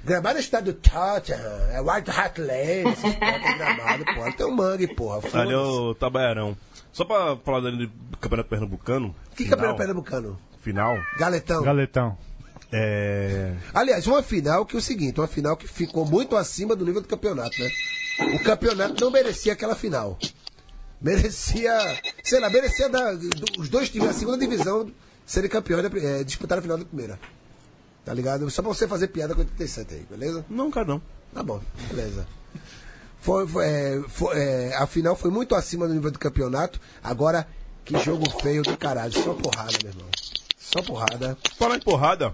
Gramado é estado do Tottenham, é White Hat Lane, esses porra, tem gramado, porra. Tem um mangue, porra. Ali é foda-se. o Tabaiarão. Só pra falar dele do Campeonato Pernambucano. Que final- campeonato pernambucano? Final. Galetão. Galetão. É. Aliás, uma final que é o seguinte, uma final que ficou muito acima do nível do campeonato, né? O campeonato não merecia aquela final. Merecia, sei lá, merecia da- do- os dois times da segunda divisão serem campeões, da pri- eh, disputar a final da primeira. Tá ligado? Só pra você fazer piada com 87 aí, beleza? Não, cara, não. Tá bom, beleza. Foi, foi, eh, foi, eh, a final foi muito acima do nível do campeonato. Agora, que jogo feio do caralho. Só porrada, meu irmão. Só porrada. Falar em porrada.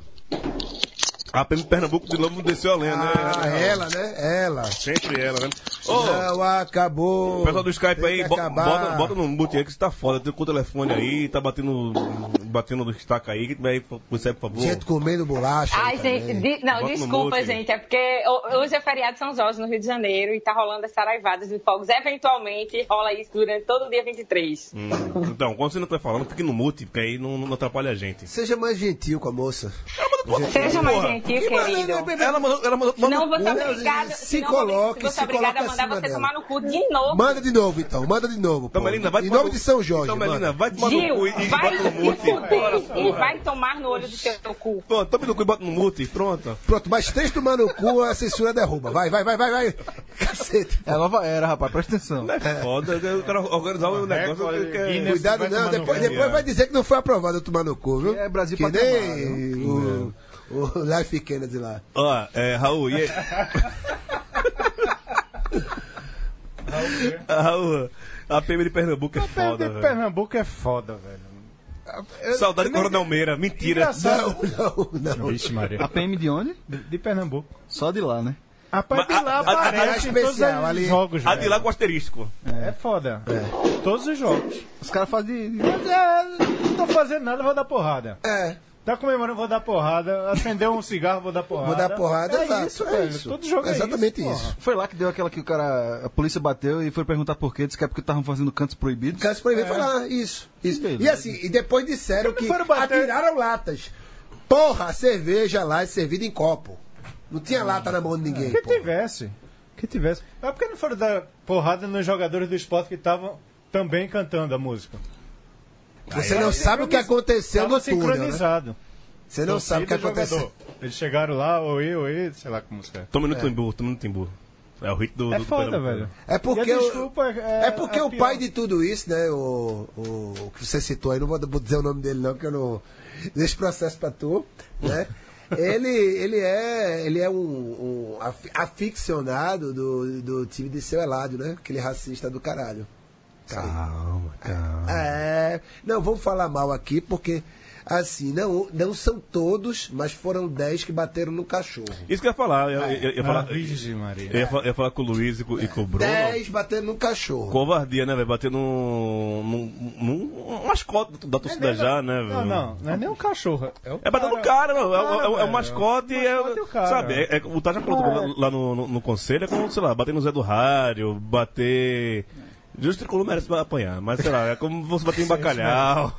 A PM Pernambuco de novo desceu a lenha, Ah, né? ela, né? Ela. Sempre ela, né? Ô, Não acabou. o pessoal do Skype Tem aí, que bo- acabar. bota, bota no mute aí que você tá foda. Tem com o telefone aí, tá batendo. Batendo no destaque aí. Que vai aí, você, por favor. Gente comendo bolacha. Ai, aí gente, também. de- não, Bota no desculpa, mute. gente, é porque ho- hoje é feriado de São Jorge no Rio de Janeiro e tá rolando as saraivadas de fogos. Eventualmente rola isso durante todo o dia 23. Hum, Então, quando você não tá falando, fique no mute, porque aí não, não atrapalha a gente. Seja mais gentil com a moça. Seja mais Porra, gentil, que querido. maneiro, Ela mandou. Ela mandou manda Não vou ser cu, né, obrigada. gente? Se Se não, coloque, vou ser obrigada se a coloque mandar acima você dela. tomar no cu de novo. Manda de novo, então. Manda de novo. pô. Então, Melina, vai em tomar nome no- de São Jorge. Então, Melina, manda. vai tomar no Gil, cu e, e vai bota no se mute. Bora, fuder e porra. vai tomar no olho do teu cu. Pronto, tome no cu e bota no mute. Pronto. Pronto, mais três tomar no cu, a censura derruba. Vai, vai, vai, vai, vai. Cacete. É a nova era, rapaz, presta atenção. É foda, eu quero organizar o negócio. eu quero- Guinness. é Cuidado, vai não. tomar no Depois, cu. é. depois vai dizer que não foi aprovado eu tomar no cu, viu? É Brasil que pra nem o, É. o Life Kennedy lá. Ó, é, Raul, e aí? Raul, a PM de Pernambuco é O foda, de velho. Pernambuco é foda, velho. Saudade de Coronel Meira, mentira. Não, não, não. Vixe, Maria. A PM de onde? De, de Pernambuco. Só de lá, né? Rapaz, de lá a- a- a- aparece em todos especial ali. É. os jogos, A de lá velho. com asterisco. É foda. Todos os jogos. Os caras fazem de... Mas, é, não tô fazendo nada, vou dar porrada. É. Tá comemorando, vou dar porrada. Acender um cigarro, vou dar porrada. Vou dar porrada, é exato, isso, é velho. isso. Todo jogo é Exatamente isso. porra. isso. Foi lá que deu aquela que o cara. A polícia bateu e foi perguntar por quê. Disse que é porque estavam fazendo cantos proibidos. Cássio Proibido foi lá, isso. isso. Beleza. E assim, e depois disseram Eles que É. foram bater- atiraram latas. Porra, a cerveja lá é servida em copo. Não tinha lata na mão de ninguém. Que porra. tivesse. Que tivesse. Mas por que não foram dar porrada nos jogadores do esporte que estavam também cantando a música? Você não sabe o que aconteceu Tava no túnel, né? sincronizado. Você não sabe o que Torcida e aconteceu. jogador. Eles chegaram lá, oi, oi, sei lá como é. Tome no timbu, tome no timbu. É o hit do. É do foda, Pernambuco. velho. É porque, E a o- desculpa é- é porque é o pior. pai de tudo isso, né? O, o- o que você citou aí, não vou dizer o nome dele, não, que eu não. Deixa o processo pra tu, né? ele, ele é, ele é um, um aficionado do, do time de seu Eládio, né? Aquele racista do caralho. Calma, calma. É, não, vamos falar mal aqui, porque, assim, não, não são todos, mas foram 10 que bateram no cachorro. Isso que eu ia falar. Eu, eu- eu ia falar, Ah, Virgem Maria. eu ia fa- eu ia falar com o Luiz e com, e com o Bruno. 10 bateram no cachorro. Covardia, né, velho? Bater num. num, num um mascote da torcida já, né, velho? É Não, não, não é nem o cachorro. É, o É bater no cara, mano. É, Cara, é- é velho. o mascote. É, mascote é o cara. Sabe, é, é, o Tati já falou É. lá no, no, no conselho, é como, sei lá, bater no Zé do Rádio, bater. Justo o tricolor merece apanhar, mas sei lá, é como você bater em bacalhau.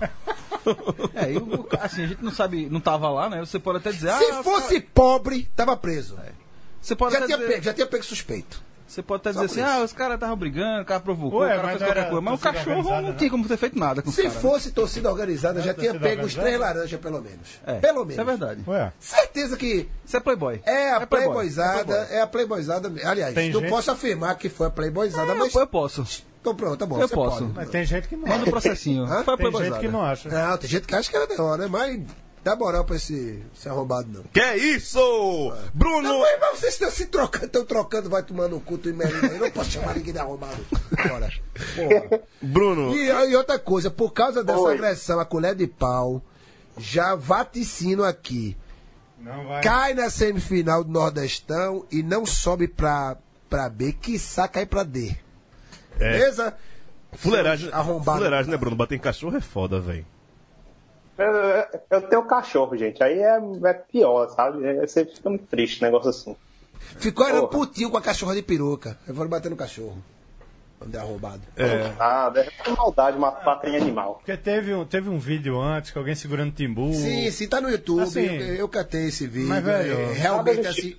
É, e o- assim, a gente não sabe, não tava lá, né? Você pode até dizer. Se ah, fosse pobre, tava preso. Você É. pode já, até tinha dizer- pego, já tinha pego suspeito. Você pode até Só dizer por assim, isso. ah, os caras estavam brigando, o cara provocou, Ué, o cara mas fez não qualquer era coisa. Mas o torcida cachorro organizada, não né? tinha como ter feito nada com os Se caras, né? fosse torcida organizada, já tinha torcida pego os organizada? três laranjas, pelo menos. É, Pelo menos. Isso é verdade. Certeza que. Você é playboy. É a É playboy, é playboyzada, playboy. é a playboyzada. Aliás, Tem não gente- posso afirmar que foi a playboyzada, É, mas. Eu posso. Então pronto, tá bom. Eu você posso. pode. Mas tem gente que É não Manda um processinho. Hã? Foi a playboyzada. Não, tem gente que acha que era da hora, mas dá moral pra esse, esse arrombado, não. Que isso? Bruno! Não, mas mas vocês estão se trocando, estão trocando, vai tomando um culto e merda. Eu não posso chamar ninguém de arrombado. Bora. Bruno. E, e outra coisa, por causa dessa agressão à colher de pau, já vaticino aqui. Não vai. Cai na semifinal do Nordestão e não sobe pra, pra B, quiçá cai pra D. É. Beleza? Fuleiragem, Arrombado. fuleiragem, né, Bruno? Bater em cachorro é foda, velho. é Eu, eu- eu tenho um cachorro, gente. Aí é, é pior, sabe? É, você fica muito triste, um negócio assim. Ficou era um putinho com a cachorra de peruca. Eu vou bater no cachorro. Andar arrombado. É. Ah, é maldade matar em animal. Porque teve um, teve um vídeo antes que alguém segurando timbu. Sim, sim, tá no YouTube. Assim, eu, eu catei esse vídeo. Mas, velho, é, realmente nada assim.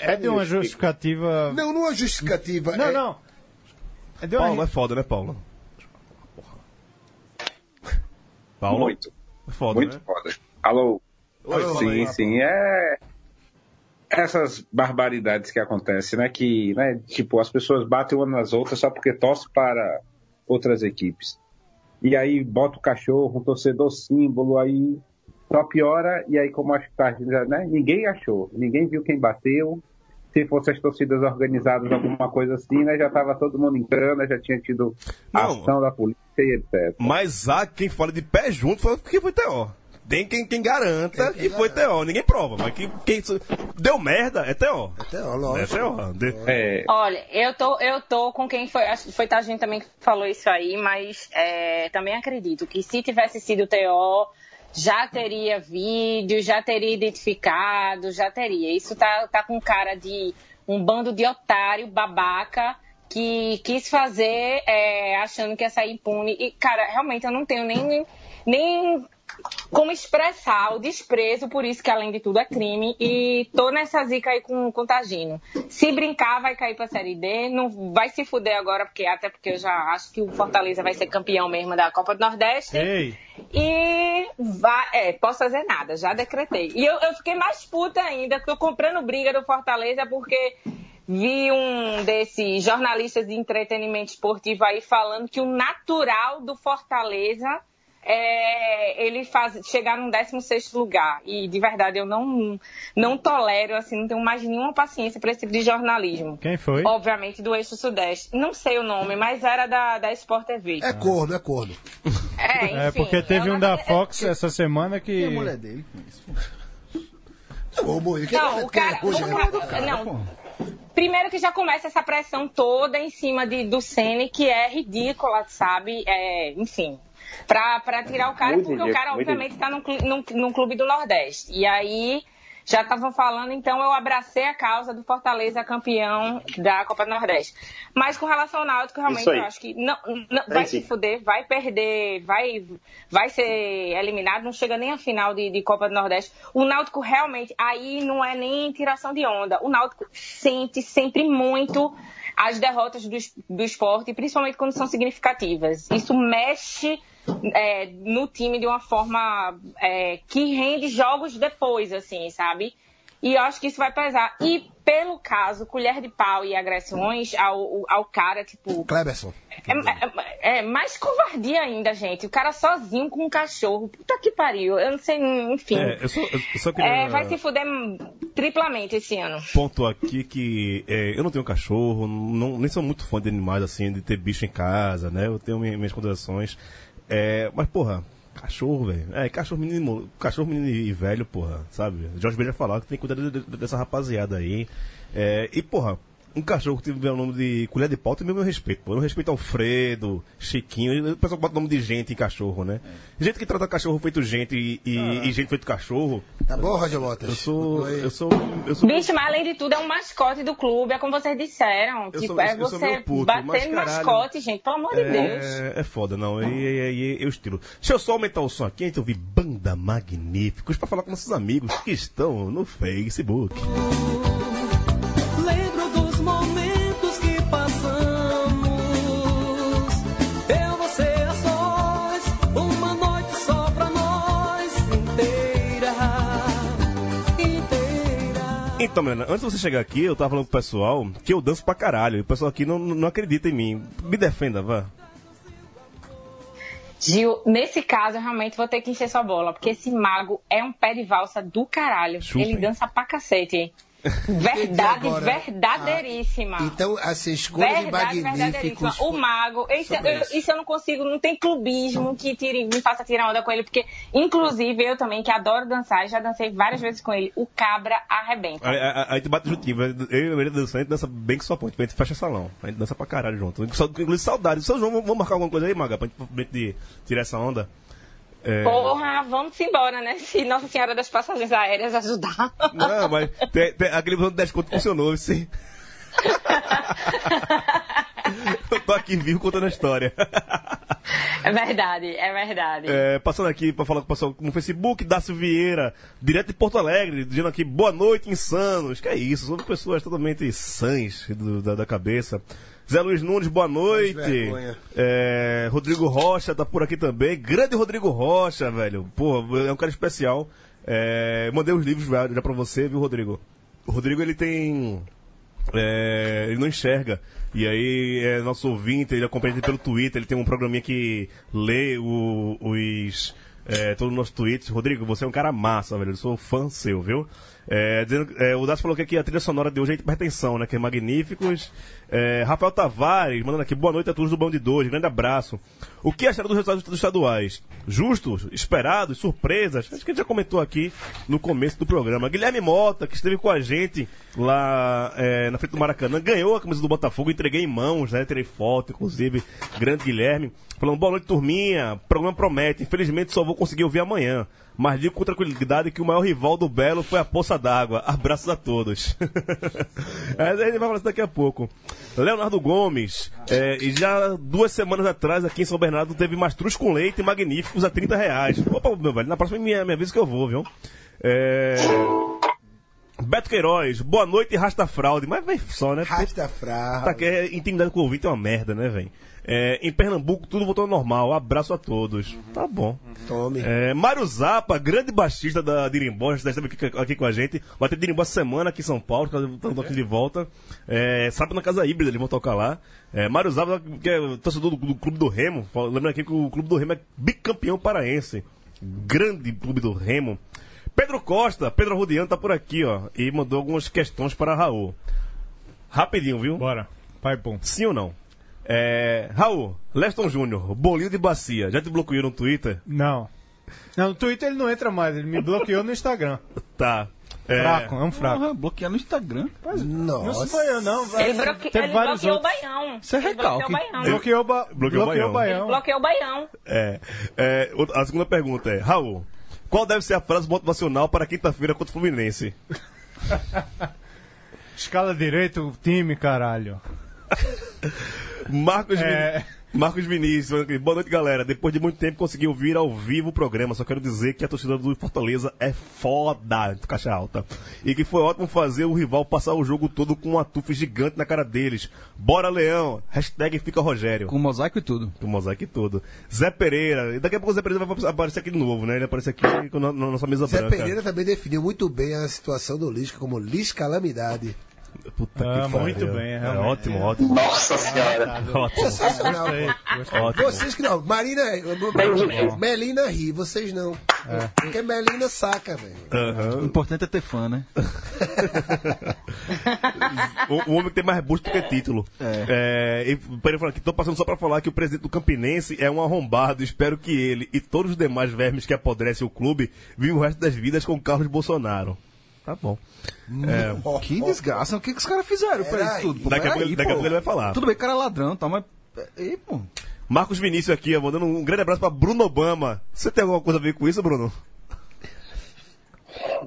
É de uma justificativa. Não, não é justificativa. Não, é- não. É de uma Paulo é foda, né, Paulo? Paulo? é Muito. Foda, Muito né? foda. Alô? Oi, sim, Paulo. sim. É. Essas barbaridades que acontecem, né? Que, né, tipo, as pessoas batem umas nas outras só porque torcem para outras equipes. E aí bota o cachorro, um torcedor símbolo, aí só piora. E aí, como acho que tá, né? Ninguém achou, ninguém viu quem bateu. Se fossem as torcidas organizadas, alguma coisa assim, né? Já tava todo mundo em cana, já tinha tido ação da polícia e etc. Mas há quem fala de pé junto foi que foi TO. Tem quem, quem garanta que foi TO. é, Ninguém prova, mas que, quem deu merda é TO. É TO, lógico. É TO. De- Olha, eu tô, eu tô com quem foi. acho que Foi a gente também que falou isso aí, mas é, também acredito que se tivesse sido TO, já teria vídeo, já teria identificado, já teria. Isso tá, tá com cara de um bando de otário, babaca, que quis fazer é, achando que ia sair impune. E, cara, realmente eu não tenho nem. nem como expressar o desprezo, por isso que além de tudo é crime. E tô nessa zica aí com, com o Tagino. Se brincar, vai cair pra Série D. Não vai se fuder agora, porque até porque eu já acho que o Fortaleza vai ser campeão mesmo da Copa do Nordeste. Ei. E vai, é, posso fazer nada, já decretei. E eu, eu fiquei mais puta ainda, tô comprando briga do Fortaleza porque vi um desses jornalistas de entretenimento esportivo aí falando que o natural do Fortaleza é ele faz, chegar num 16 lugar. E de verdade eu não, não tolero, assim, não tenho mais nenhuma paciência para esse tipo de jornalismo. Quem foi? Obviamente do eixo sudeste. Não sei o nome, mas era da, da Sport TV. É corno, é corno. É, enfim, É, porque teve um da Fox essa semana que. E a mulher dele com isso? Como ele? Não, o cara. o cara- não. Primeiro que já começa essa pressão toda em cima de, do Sene, que é ridícula, sabe? É, enfim. Pra, pra tirar o cara, Muito porque o ridículo, cara muito obviamente tá num, clu- num, num clube do Nordeste. E aí já estavam falando, então eu abracei a causa do Fortaleza campeão da Copa do Nordeste. Mas com relação ao Náutico, realmente Isso aí. eu acho que não, não- vai se sim. fuder, vai perder, vai, vai ser eliminado, não chega nem a final de, de Copa do Nordeste. O Náutico realmente, aí não é nem tiração de onda. O Náutico sente sempre muito as derrotas do, es- do esporte, principalmente quando são significativas. Isso mexe é, no time de uma forma é, que rende jogos depois, assim, sabe? E eu acho que isso vai pesar. E pelo caso, colher de pau e agressões ao, ao cara, tipo. Cleberson. É, é, é, mais covardia ainda, gente. O cara sozinho com um cachorro. Puta que pariu. Eu não sei, enfim. É, eu só, eu só queria... É, vai se fuder triplamente esse ano. Ponto aqui que é, eu não tenho cachorro, não, nem sou muito fã de animais, assim, de ter bicho em casa, né? Eu tenho minhas, minhas considerações. É, mas, porra, Cachorro, velho. É, cachorro menino, cachorro menino e velho, porra, sabe? Jorge Ben já falou que tem que cuidar de, de, dessa rapaziada aí. É, e, porra, um cachorro que tiver o nome de colher de pau tem meu respeito. Pô. Eu não respeito Alfredo, Chiquinho. O pessoal bota nome de gente em cachorro, né? Gente que trata cachorro feito gente e, e, ah. e gente feito cachorro. Tá bom, Roger Lotas? Eu sou, eu sou. Eu sou. Bicho, mas além de tudo, é um mascote do clube, é como vocês disseram. Eu tipo, sou- é eu sou você meio puto, mas bater no caralho. mascote, gente. Pelo amor de Deus. É, é foda, não. E, e, e- eu estilo. Deixa eu só aumentar o som aqui, a gente ouvir Banda Magníficos pra falar com nossos amigos que estão no Facebook. Lembro dos momentos que passamos. Eu, você a sós, uma noite só pra nós inteira, inteira. Então, Milena, antes de você chegar aqui, eu tava falando pro pessoal que eu danço pra caralho. E o pessoal aqui não, não acredita em mim. Me defenda, vá. Gil, nesse caso, eu realmente vou ter que encher sua bola, porque esse mago é um pé de valsa do caralho. Chupem. Ele dança pra cacete. Verdade, agora? verdadeiríssima. Ah, Então, assim, escolha de Verdade, magníficos. O mago. Isso é Sobre eu, isso. isso eu não consigo, não tem clubismo que tire, me faça tirar onda com ele, porque, inclusive, eu também, que adoro dançar, já dancei várias vezes com ele. O cabra arrebenta. Aí, aí, aí tu bate juntinho. vai. Eu e a Maria dançando, a gente dança bem com sua ponte. A gente fecha salão. A gente dança pra caralho junto. Inclusive, saudade. São João, vamos marcar alguma coisa aí, Maga, pra gente pra gente tirar essa onda? É... Porra, vamos embora, né? Se Nossa Senhora das Passagens Aéreas ajudar. Não, mas tem, tem, aquele plano de desconto funcionou, sim. eu tô aqui vivo contando a história. É verdade, é verdade. É, passando aqui pra falar com o pessoal no Facebook, Dácio Vieira, direto de Porto Alegre, dizendo aqui boa noite, insanos. Que é isso, são pessoas totalmente sãs do- da, da cabeça. Zé Luiz Nunes, boa noite. vergonha. É, Rodrigo Rocha tá por aqui também. Grande Rodrigo Rocha, velho. Porra, é um cara especial. É, mandei os livros já, já pra você, viu, Rodrigo? O Rodrigo, ele tem. É, ele não enxerga. E aí, é nosso ouvinte, ele acompanha ele pelo Twitter, ele tem um programinha que lê o- os. É, todos os nossos tweets. Rodrigo, você é um cara massa, velho. Eu sou fã seu, viu? É, dizendo- é, o Dácio falou que aqui a trilha sonora de hoje é hipertensão, né? Que é magníficos. É, Rafael Tavares, mandando aqui boa noite a todos do Bão de Dois. Grande abraço. O que acharam dos resultados dos estaduais? Justos? Esperados? Surpresas? Acho que a gente já comentou aqui no começo do programa. Guilherme Mota, que esteve com a gente lá é, na frente do Maracanã, ganhou a camisa do Botafogo, entreguei em mãos, né? Tirei foto, inclusive. Grande Guilherme. Falando, boa noite, turminha. O programa promete. Infelizmente só vou conseguir ouvir amanhã. Mas digo com tranquilidade que o maior rival do Belo foi a Poça d'Água. Abraços a todos. É, a gente vai falar isso daqui a pouco. Leonardo Gomes, é, e já duas semanas atrás aqui em São Bernardo teve mastruz com leite e magníficos a 30 reais. Opa, meu velho, na próxima minha, minha vez que eu vou, viu? É... Beto Queiroz, boa noite e rasta fraude. Mas vai só, né? Rasta fraude. Tá, que é, intimidade com o ouvinte é uma merda, né, velho? É, em Pernambuco tudo voltou ao normal. Abraço a todos. Tá bom. Tome. É, Mário Zapa, grande baixista da Dirimbó, já esteve aqui, aqui com a gente. Vai ter Dirimbó essa semana aqui em São Paulo, estamos aqui de volta. É, sábado na Casa Híbrida, eles vão tocar lá. É, Mário Zapa, que é torcedor do, do Clube do Remo, fala- lembrando aqui que o Clube do Remo é bicampeão paraense. Grande Clube do Remo. Pedro Costa, Pedro Rudiano tá por aqui, ó, e mandou algumas questões para Raul. Rapidinho, viu? Bora. Pai bom. Sim ou não? É, Raul, Leston Júnior, bolinho de bacia, já te bloqueou no Twitter? Não. Não, no Twitter ele não entra mais, ele me bloqueou no Instagram. Tá. Fraco, é um fraco. Porra, bloquear no Instagram? Não se foi eu, não. vai- Ele, bloque... Teve ele vários bloqueou o outros. Baião. Isso é Ele recalque. Bloqueou o Baião. Bloqueou, o ba... Bloqueou bloqueou o o Baião. Ele Baião. bloqueou o Baião. É, é, outra- a segunda pergunta é, Raul, qual deve ser a frase motivacional para quinta-feira contra o Fluminense? Escala direito o time, caralho. Marcos É, Marcos Vinícius, boa noite, galera. Depois de muito tempo consegui ouvir ao vivo o programa. Só quero dizer que a torcida do Fortaleza é foda, caixa alta. E que foi ótimo fazer o rival passar o jogo todo com uma tufa gigante na cara deles. Bora, Leão! Hashtag fica Rogério. Com mosaico e tudo. Com mosaico e tudo. Zé Pereira. E daqui a pouco o Zé Pereira vai aparecer aqui de novo, né? Ele aparece aqui na, na nossa mesa Zé branca. Pereira também definiu muito bem a situação do Lisca como Liscalamidade. Puta Ah, que muito pariu. bem, é, realmente. ótimo, ótimo. Nossa senhora. ótimo. Sensacional. pô. Ótimo. Vocês que não. Marina. eh, Bem-vindo. Melina ri, vocês não. É. Porque Melina saca, velho. O importante é ter fã, né? o, o homem que tem mais busto que título. É. e Pereira falando aqui, tô passando só pra falar que o presidente do Campinense é um arrombado. Espero que ele e todos os demais vermes que apodrecem o clube vivam o resto das vidas com Carlos Bolsonaro. Tá bom. É, Que desgraça. O que, que os caras fizeram pra isso Peraí. tudo? pô? Daqui a pouco Peraí, ele- daqui a pô. pouco ele vai falar. Tudo bem, cara é ladrão, tá? Mas. Ei, pô. Marcos Vinícius aqui, ó, mandando um grande abraço pra Bruno Obama. Você tem alguma coisa a ver com isso, Bruno?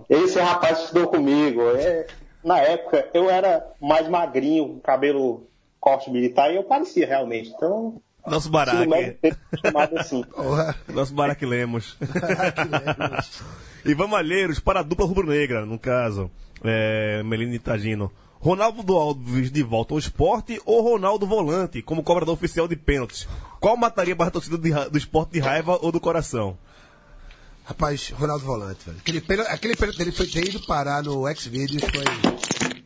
Esse rapaz estudou comigo. É, na época eu era mais magrinho, cabelo corte militar, e eu parecia realmente. Então. Nosso ensino médio baraque. teve que ser chamado assim. Nosso Baraque Lemos. Ivan Malheiros para a dupla rubro-negra, no caso. É, Melina e Tagino. Ronaldo Alves de volta ao esporte ou Ronaldo Volante, como cobrador oficial de pênaltis? Qual mataria mais a torcida de ra- do esporte de raiva ou do coração? Rapaz, Ronaldo Volante, velho. Aquele pênalti, aquele pênalti dele foi ter ido parar no X-Videos foi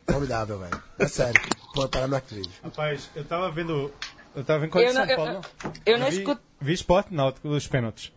formidável, velho. É sério. Foi parar no X-Videos. Rapaz, eu tava vendo. Eu tava vendo quando Eu São não- eu- Paulo. eu não vi, escut- Vi esporte náutico dos pênaltis.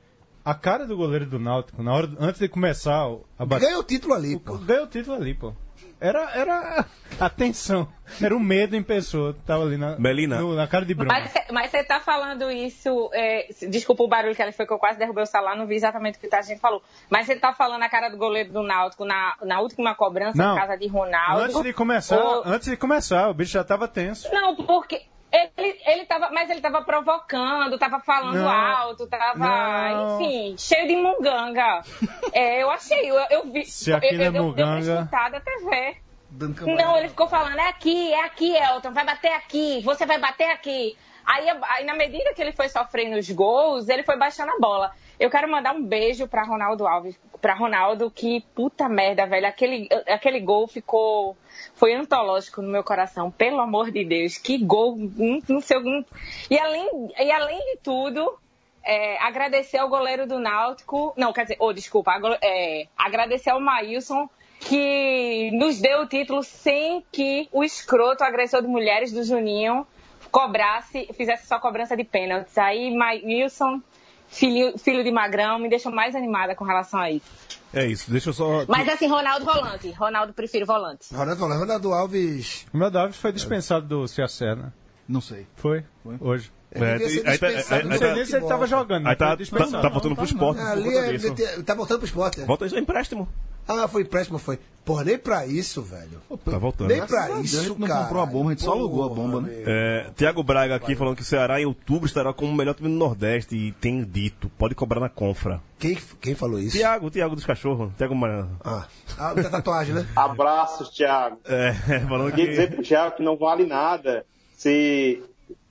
A cara do goleiro do Náutico, na hora, antes de começar o- a bater. Ganhou o título ali, pô. Ganhou o título ali, pô. Era, era a tensão. Era o medo em pessoa. Tava ali na, Melina. no- na cara de Bruno. Mas cê- Mas você tá falando isso. é, se- desculpa o barulho que ela foi, que eu quase derrubei o celular, não vi exatamente o que a gente falou. Mas você tá falando a cara do goleiro do Náutico na, na última cobrança Não. na casa de Ronaldo. Antes de começar, Ou- antes de começar, o bicho já tava tenso. Não, porque. Ele, ele tava, mas ele tava provocando, tava falando Não. alto, tava, Não. enfim, assim, cheio de munganga. É, eu achei, eu, eu vi. Se eu, aquilo é eu, eu dei uma munganga- escutada até ver. Dando Não, ele ficou falando, é aqui, é aqui, Elton, vai bater aqui, você vai bater aqui. Aí, aí, na medida que ele foi sofrendo os gols, ele foi baixando a bola. Eu quero mandar um beijo pra Ronaldo Alves, pra Ronaldo, que puta merda, velho. Aquele, aquele gol ficou. Foi antológico no meu coração, pelo amor de Deus. Que gol, não, não sei. Não, e, além, e além de tudo, é, agradecer ao goleiro do Náutico. Não, quer dizer, oh, desculpa. a gole- é, agradecer ao Maílson, que nos deu o título sem que o escroto agressor de mulheres do Juninho cobrasse, fizesse sua cobrança de pênaltis. Aí, Maílson, filho, filho de Magrão, me deixou mais animada com relação a isso. É isso, deixa eu só. Mas assim, Ronaldo volante. Ronaldo prefiro volante. Ronaldo Volante, Ronaldo Alves. O meu Davis foi dispensado do CSE, né? Não sei. Foi? Hoje. Ele devia ser dispensado, não sei nem se ele tava jogando. Aí mas foi tá, tá, dispensado. tá voltando pro esporte. tá- por Ali conta é, disso. tá voltando pro esporte. é? Volta isso, é empréstimo. Ah, foi empréstimo, foi. Porra, nem pra isso, velho. Tá voltando. Nem Graças a pra Deus, isso, a gente não cara. comprou a bomba, a gente só alugou a Porra, bomba, né? meu. É, Tiago Braga aqui falando que o Ceará em outubro estará como o melhor time do Nordeste e tem dito, pode cobrar na confra. Quem, quem falou isso? Tiago, Tiago dos Cachorros. Tiago Mariano. Ah. Ah, da tatuagem, né? Abraços, Thiago. É, falando Queria dizer que. pro Thiago que não vale nada se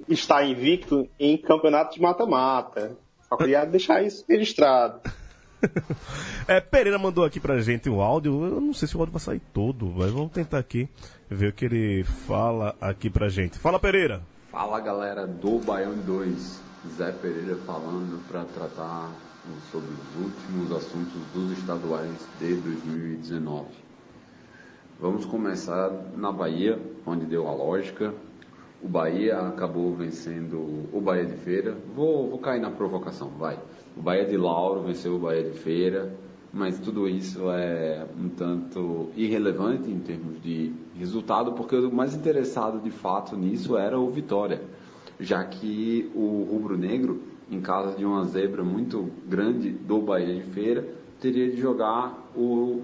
está invicto em campeonato de mata-mata. Só queria deixar isso registrado. É, Pereira mandou aqui pra gente o áudio. Eu não sei se o áudio vai sair todo, mas vamos tentar aqui ver o que ele fala aqui pra gente. Fala, Pereira. Fala galera do Baião 2, Zé Pereira falando para tratar sobre os últimos assuntos dos estaduais de 2019. Vamos começar na Bahia, onde deu a lógica. O Bahia acabou vencendo o Bahia de Feira. Vou, vou cair na provocação, vai. O Bahia de Lauro venceu o Bahia de Feira, mas tudo isso é um tanto irrelevante em termos de resultado, porque o mais interessado de fato nisso era o Vitória, já que o rubro-negro, em caso de uma zebra muito grande do Bahia de Feira, teria de jogar o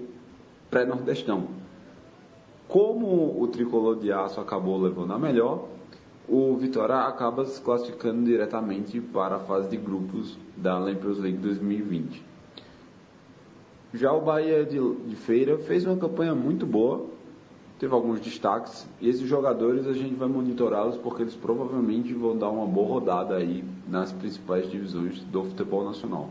pré-nordestão. Como o tricolor de aço acabou levando a melhor, o Vitória acaba se classificando diretamente para a fase de grupos da Champions League 2020. Já o Bahia de, de Feira fez uma campanha muito boa, teve alguns destaques. E esses jogadores a gente vai monitorá-los porque eles provavelmente vão dar uma boa rodada aí nas principais divisões do futebol nacional.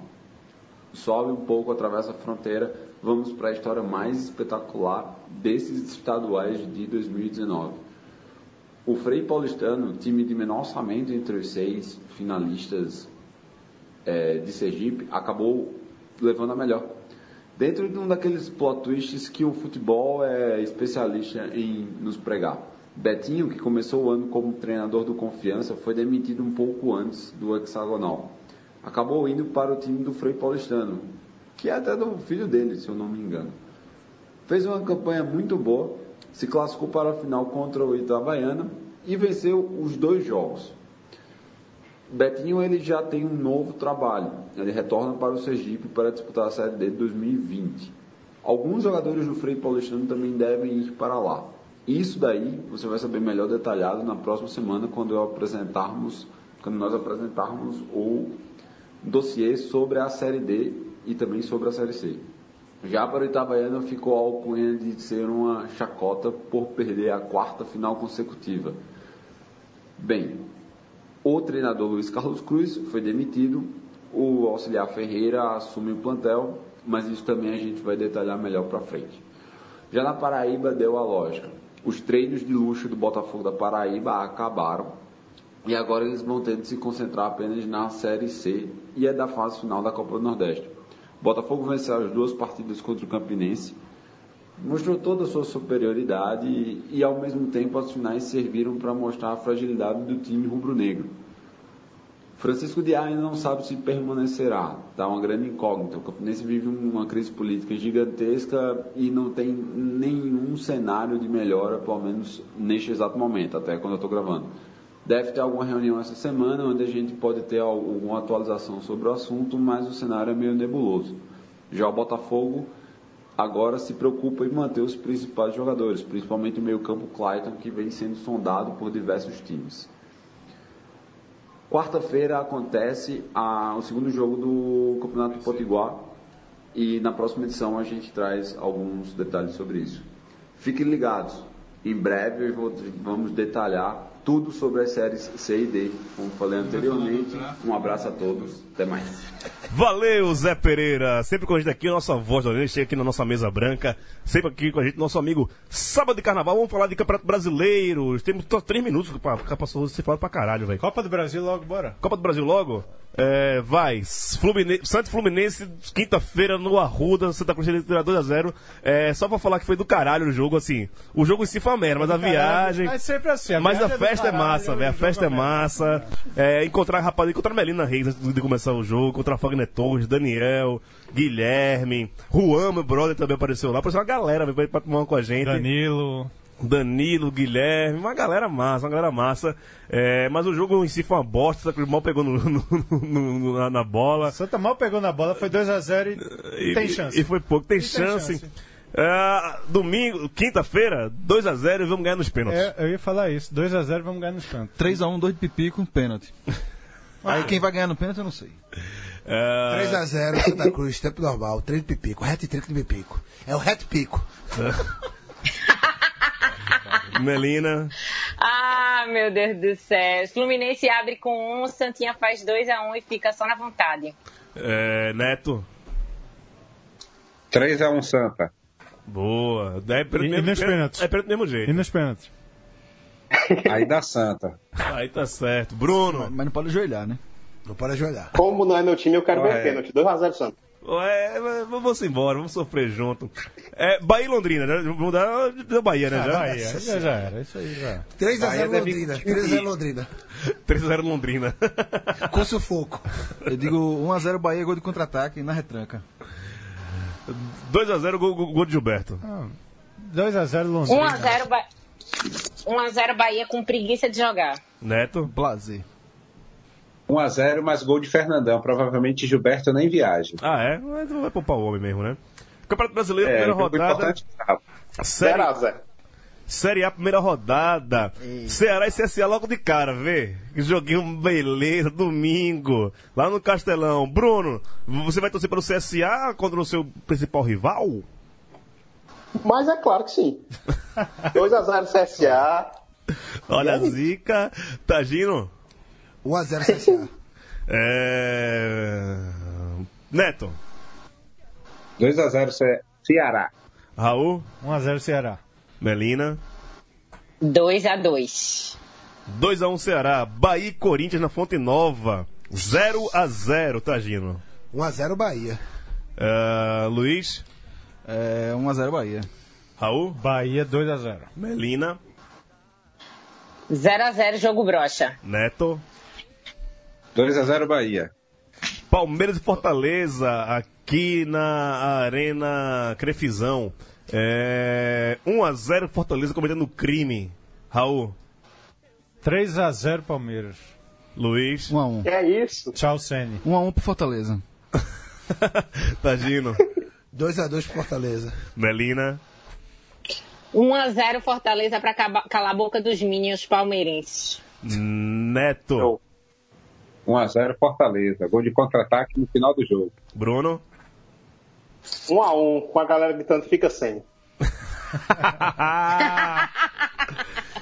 Sobe um pouco, atravessa a fronteira, vamos para a história mais espetacular desses estaduais de 2019. O Frei Paulistano, time de menor orçamento entre os seis finalistas é, de Sergipe, acabou levando a melhor dentro de um daqueles plot twists que o futebol é especialista em nos pregar. Betinho, que começou o ano como treinador do Confiança, foi demitido um pouco antes do hexagonal. Acabou indo para o time do Frei Paulistano, que é até do filho dele, se eu não me engano. Fez uma campanha muito boa, se classificou para a final contra o Itabaiana e venceu os dois jogos. Betinho ele já tem um novo trabalho. Ele retorna para o Sergipe para disputar a Série D de 2020. Alguns jogadores do Freio Paulistano também devem ir para lá. Isso daí você vai saber melhor detalhado na próxima semana quando eu apresentarmos, quando nós apresentarmos o dossiê sobre a Série D e também sobre a Série C. Já para o Itabaiana ficou a alcunha de ser uma chacota por perder a quarta final consecutiva. Bem, o treinador Luiz Carlos Cruz foi demitido, o auxiliar Ferreira assume o plantel, mas isso também a gente vai detalhar melhor para frente. Já na Paraíba deu a lógica. Os treinos de luxo do Botafogo da Paraíba acabaram e agora eles vão ter de se concentrar apenas na Série C e é da fase final da Copa do Nordeste. O Botafogo venceu as duas partidas contra o Campinense, mostrou toda a sua superioridade e, e, ao mesmo tempo as finais serviram para mostrar a fragilidade do time rubro-negro. Francisco de ainda não sabe se permanecerá, está uma grande incógnita. O Campinense vive uma crise política gigantesca e não tem nenhum cenário de melhora, pelo menos neste exato momento, até quando eu estou gravando. Deve ter alguma reunião essa semana onde a gente pode ter alguma atualização sobre o assunto, mas o cenário é meio nebuloso. Já o Botafogo agora se preocupa em manter os principais jogadores, principalmente o meio-campo Clayton, que vem sendo sondado por diversos times. Quarta-feira acontece a, o segundo jogo do Campeonato do Potiguar e na próxima edição a gente traz alguns detalhes sobre isso. Fiquem ligados, em breve vou, vamos detalhar tudo sobre as séries C e D, como falei anteriormente. Um abraço a todos, até mais. Valeu, Zé Pereira! Sempre com a gente aqui, a nossa voz da chega aqui na nossa mesa branca. Sempre aqui com a gente, nosso amigo Sábado de Carnaval. Vamos falar de Campeonato Brasileiro. Temos só três minutos, que passou você fala pra caralho, velho. Copa do Brasil logo, bora. Copa do Brasil logo? É, vai. Fluminense, Santos Fluminense, quinta-feira no Arruda, Santa Cruz de 2x0. É, só pra falar que foi do caralho o jogo, assim. O jogo em si foi uma merda, mas a viagem. Mas sempre assim, a mas a viagem é do festa é caralho, massa, o velho. A jogo festa é é merda. massa. É, encontrar rapaz, encontrar Melina Reis antes de começar o jogo, encontrar Fagner Torres, Daniel, Guilherme, Juan, meu brother, também apareceu lá. Apareceu uma galera velho, pra, pra tomar uma com a gente. Danilo. Danilo, Guilherme, uma galera massa, uma galera massa. É, mas o jogo em si foi uma bosta, Santa Cruz mal pegou no- no- no- no- na, na bola. Santa mal pegou na bola, foi 2x0 e, tem chance. E foi pouco, tem E tem chance. chance. Ah, domingo, quinta-feira, 2x0 e vamos ganhar nos pênaltis. É, eu ia falar isso, 2x0 vamos ganhar nos cantos. 3x1, 2 um, de pipi com pênalti. Aí quem vai ganhar no pênalti eu não sei. Ah. 3x0, Santa Cruz, tempo normal, 30 pipico, hat trick de pipico. É o hat pico. Melina. Ah, meu Deus do céu. Fluminense abre com um, Santinha faz 2 a 1 um e fica só na vontade. É, Neto. 3x1 Santa. Boa. É pelo E- e mesmo, nos pênaltis? É pelo mesmo jeito. E nos pênaltis. Aí dá Santa. Aí tá certo. Bruno. Mas não pode ajoelhar, né? Não pode ajoelhar. Como não é meu time, eu quero Ah, é. ver pênalti. 2x0 Santos. Ué, mas é, vamos embora, vamos sofrer junto. É, Bahia e Londrina, né? Vamos dar da Bahia, né? Ah, já? Bahia, já, já era, isso aí já. 3x0 Bahia deve Londrina, cumprir. 3x0 Londrina. 3x0 Londrina. Com sufoco. Eu digo 1x0 Bahia, gol de contra-ataque na retranca. 2x0 gol, gol- gol de Gilberto. 2x0 1 Londrina. a 0 Ba- 1 a 0 Bahia com preguiça de jogar. Neto. Blazer. 1x0, mas gol de Fernandão. Provavelmente Gilberto nem viaja. Ah, é? Mas não vai poupar o homem mesmo, né? Campeonato Brasileiro, É, primeira jogo rodada. importante. Série, série A, primeira rodada. Ceará e CSA logo de cara, vê? Que Joguinho beleza, domingo. Lá no Castelão. Bruno, você vai torcer pelo CSA contra o seu principal rival? Mas é claro que sim. 2x0 CSA. Olha a zica. Tagino. 1x0 CSA. É... Neto. 2x0 Ce- Ceará. Raul. 1x0 Ceará. Melina. 2x2. 2x1 Ceará. Bahia e Corinthians na Fonte Nova. 0x0, Tagino. 1x0 Bahia. tá, É, Luiz. É 1x0 Bahia. Raul? Bahia 2x0. Melina. 0x0 jogo brocha. Neto. 2x0 Bahia. Palmeiras e Fortaleza aqui na Arena Crefizão. É... 1x0 Fortaleza cometendo crime. Raul. 3x0 Palmeiras. Luiz. 1x1. É isso. Tchau, Sene. 1x1 pro Fortaleza. Tagino. 2x2 pro Fortaleza. tá, Melina. 1x0 Fortaleza pra caba- calar a boca dos Minions palmeirenses. Neto. 1x0 Fortaleza. Gol de contra-ataque no final do jogo. Bruno. 1x1, com Um a galera gritando, fica sem.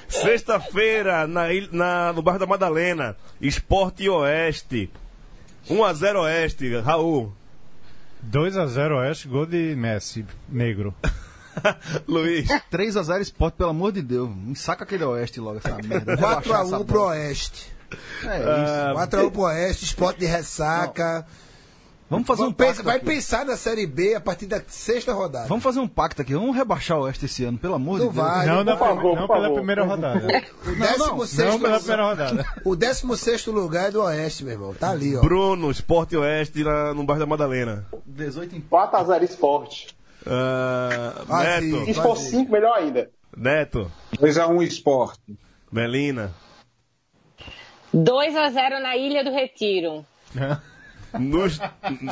Sexta-feira, na, il- na- no bairro da Madalena. Esporte e Oeste. 1x0 Oeste. Raul. 2x0 Oeste, gol de Messi, negro. Luiz. Então. 3x0 Sport, pelo amor de Deus. Me saca aquele Oeste logo, essa merda. 4x1 pro Oeste. Oeste. É isso. 4x1 pro Oeste, esporte de ressaca. Vamos fazer um pensa- pacto Vai aqui. pensar na Série B a partir da sexta rodada. Vamos fazer um pacto aqui. Vamos rebaixar o Oeste esse ano, pelo amor de Não Deus. vai, Não, não, por favor, não pela primeira rodada. O Não, não, 16 não pela primeira rodada. O 16 lugar é do Oeste, meu irmão. Tá ali, ó. Bruno, Esporte e Oeste na- no bairro da Madalena. 18 em 4x0 esporte. Ah, Neto. Esporte 5, melhor ainda. Neto. 2x1 Sport. Melina. 2x0 na Ilha do Retiro. Nos...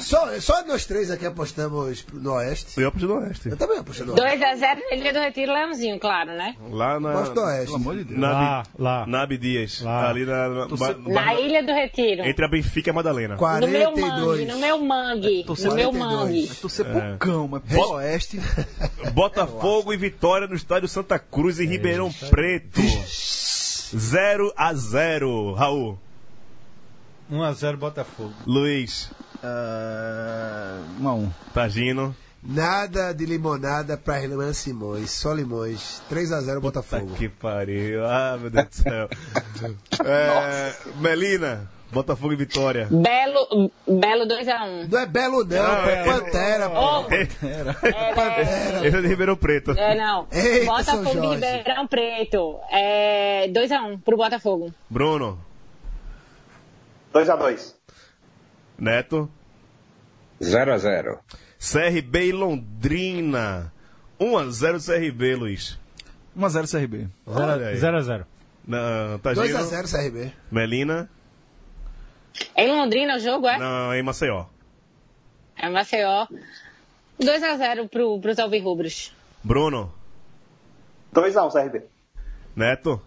Só, só nós três aqui apostamos no Oeste. Eu aposto no Oeste. Eu também aposto no Oeste. 2x0 na Ilha do Retiro, Leãozinho, claro, né? Lá na. Costa Oeste. Pelo amor de Deus. Na, Lá, Abi- na Abdias. Ali na. na- ba- Na ba- Ilha do Retiro. entre a Benfica e a Madalena. No meu mangue, no meu mangue. No meu mangue. Torcer É. pro cão, mas pro Oeste. Botafogo e Vitória no estádio Santa Cruz em Ribeirão Preto. 0 a 0 Raul. 1x0 Botafogo. Luiz. é, 1x1. Tagino. Nada de limonada pra Hernan Simões. Só limões. 3x0 Botafogo. Que pariu. Ah, meu Deus do céu. É, Melina. Botafogo e Vitória. Belo, belo 2x1. Não é belo, não. Não, pô, é- é Pantera, pô. Esse é de Ribeirão Preto. É, não. Eita, São Botafogo Jorge. de Ribeirão Preto. É, 2x1 pro Botafogo. Bruno. 2x2. Neto. 0x0. CRB e Londrina. 1x0 CRB, Luiz. 1x0 CRB. É Olha aí. 0x0. Não, tá 2x0 CRB. Melina. É Em Londrina o jogo, é? Não, em Maceió. É Maceió. 2x0 pro, pros Alvirrubros. Bruno. 2x1, CRB. Neto.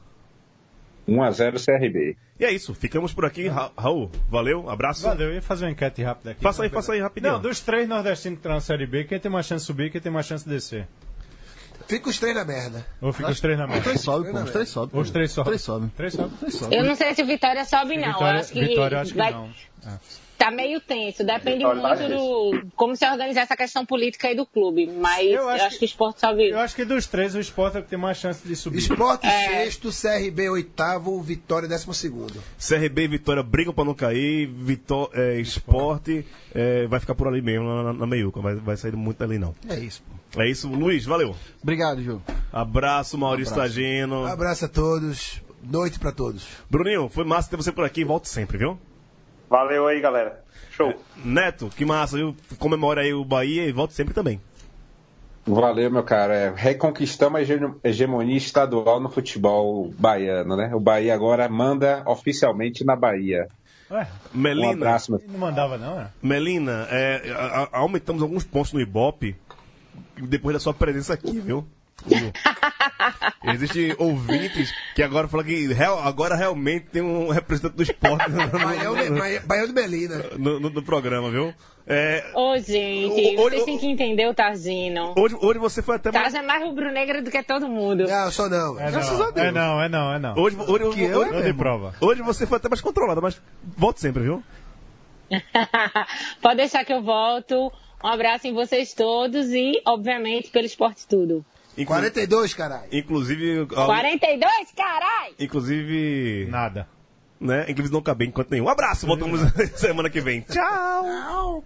1x0 CRB. E é isso. Ficamos por aqui. Ra- Raul, valeu. Abraço. Valeu, eu ia fazer uma enquete rápida aqui. Faça aí, faça aí rapidinho. Não, dos três nordestinos que estão na Série B, quem tem mais chance de subir e quem tem mais chance de descer? Fica os três na merda. Ou fica os três na Os meta? três sobem, pô. né, Os três sobem. Os três sobem. Os três sobem. Três só. Os três sobem. Eu não sei se o Vitória sobe, não. Vitória, eu acho que, Vitória, eu acho que vai- não. Tá meio tenso. Depende Vitória tá muito do como se organizar essa questão política aí do clube. Mas eu acho, que... o esporte sobe. Eu acho que dos três o Sport é o que tem mais chance de subir. Esporte É. sexto, CRB oitavo, Vitória décimo segundo. CRB e Vitória brigam pra não cair. Vitó é, esporte é, vai ficar por ali mesmo, na, na- na meiuca. Vai, vai sair muito ali, não. É isso, pô. É isso. Luiz, valeu. Obrigado, Ju. Abraço, Maurício Tagino. Um Abraço a todos. Noite pra todos. Bruninho, foi massa ter você por aqui. Volto sempre, viu? Valeu aí, galera. Show. Neto, que massa, viu? Comemora aí o Bahia e volto sempre também. Valeu, meu cara. É, reconquistamos a hege- hegemonia estadual no futebol baiano, né? O Bahia agora manda oficialmente na Bahia. Ué, Um Melina, abraço, meu não mandava não, né? Melina é, a- a- aumentamos alguns pontos no Ibope depois da sua presença aqui, viu? Existem ouvintes que agora falam que real- agora realmente tem um representante do esporte. no- Baião de- Baia- Baião de Belém, né? no, no- no programa, viu? É, Ô, gente, Ô, ô, vocês ô, têm que entender o Tarzino. hoje, hoje você foi até mais. Tarja é mais rubro-negra do que todo mundo. Não, só não. É não, é não, é não, é não. Hoje, hoje, hoje, Que eu, hoje- eu dei prova. hoje você foi até mais controlada, mas volte sempre, viu? Pode deixar que eu volto. Um abraço em vocês todos e, obviamente, pelo esporte tudo. Inclu- 42, caralho. Inclusive. a- 42, carai! Inclusive. Nada. Né? Inclusive não cabe enquanto nenhum. Um abraço, voltamos semana que vem. Tchau! Tchau!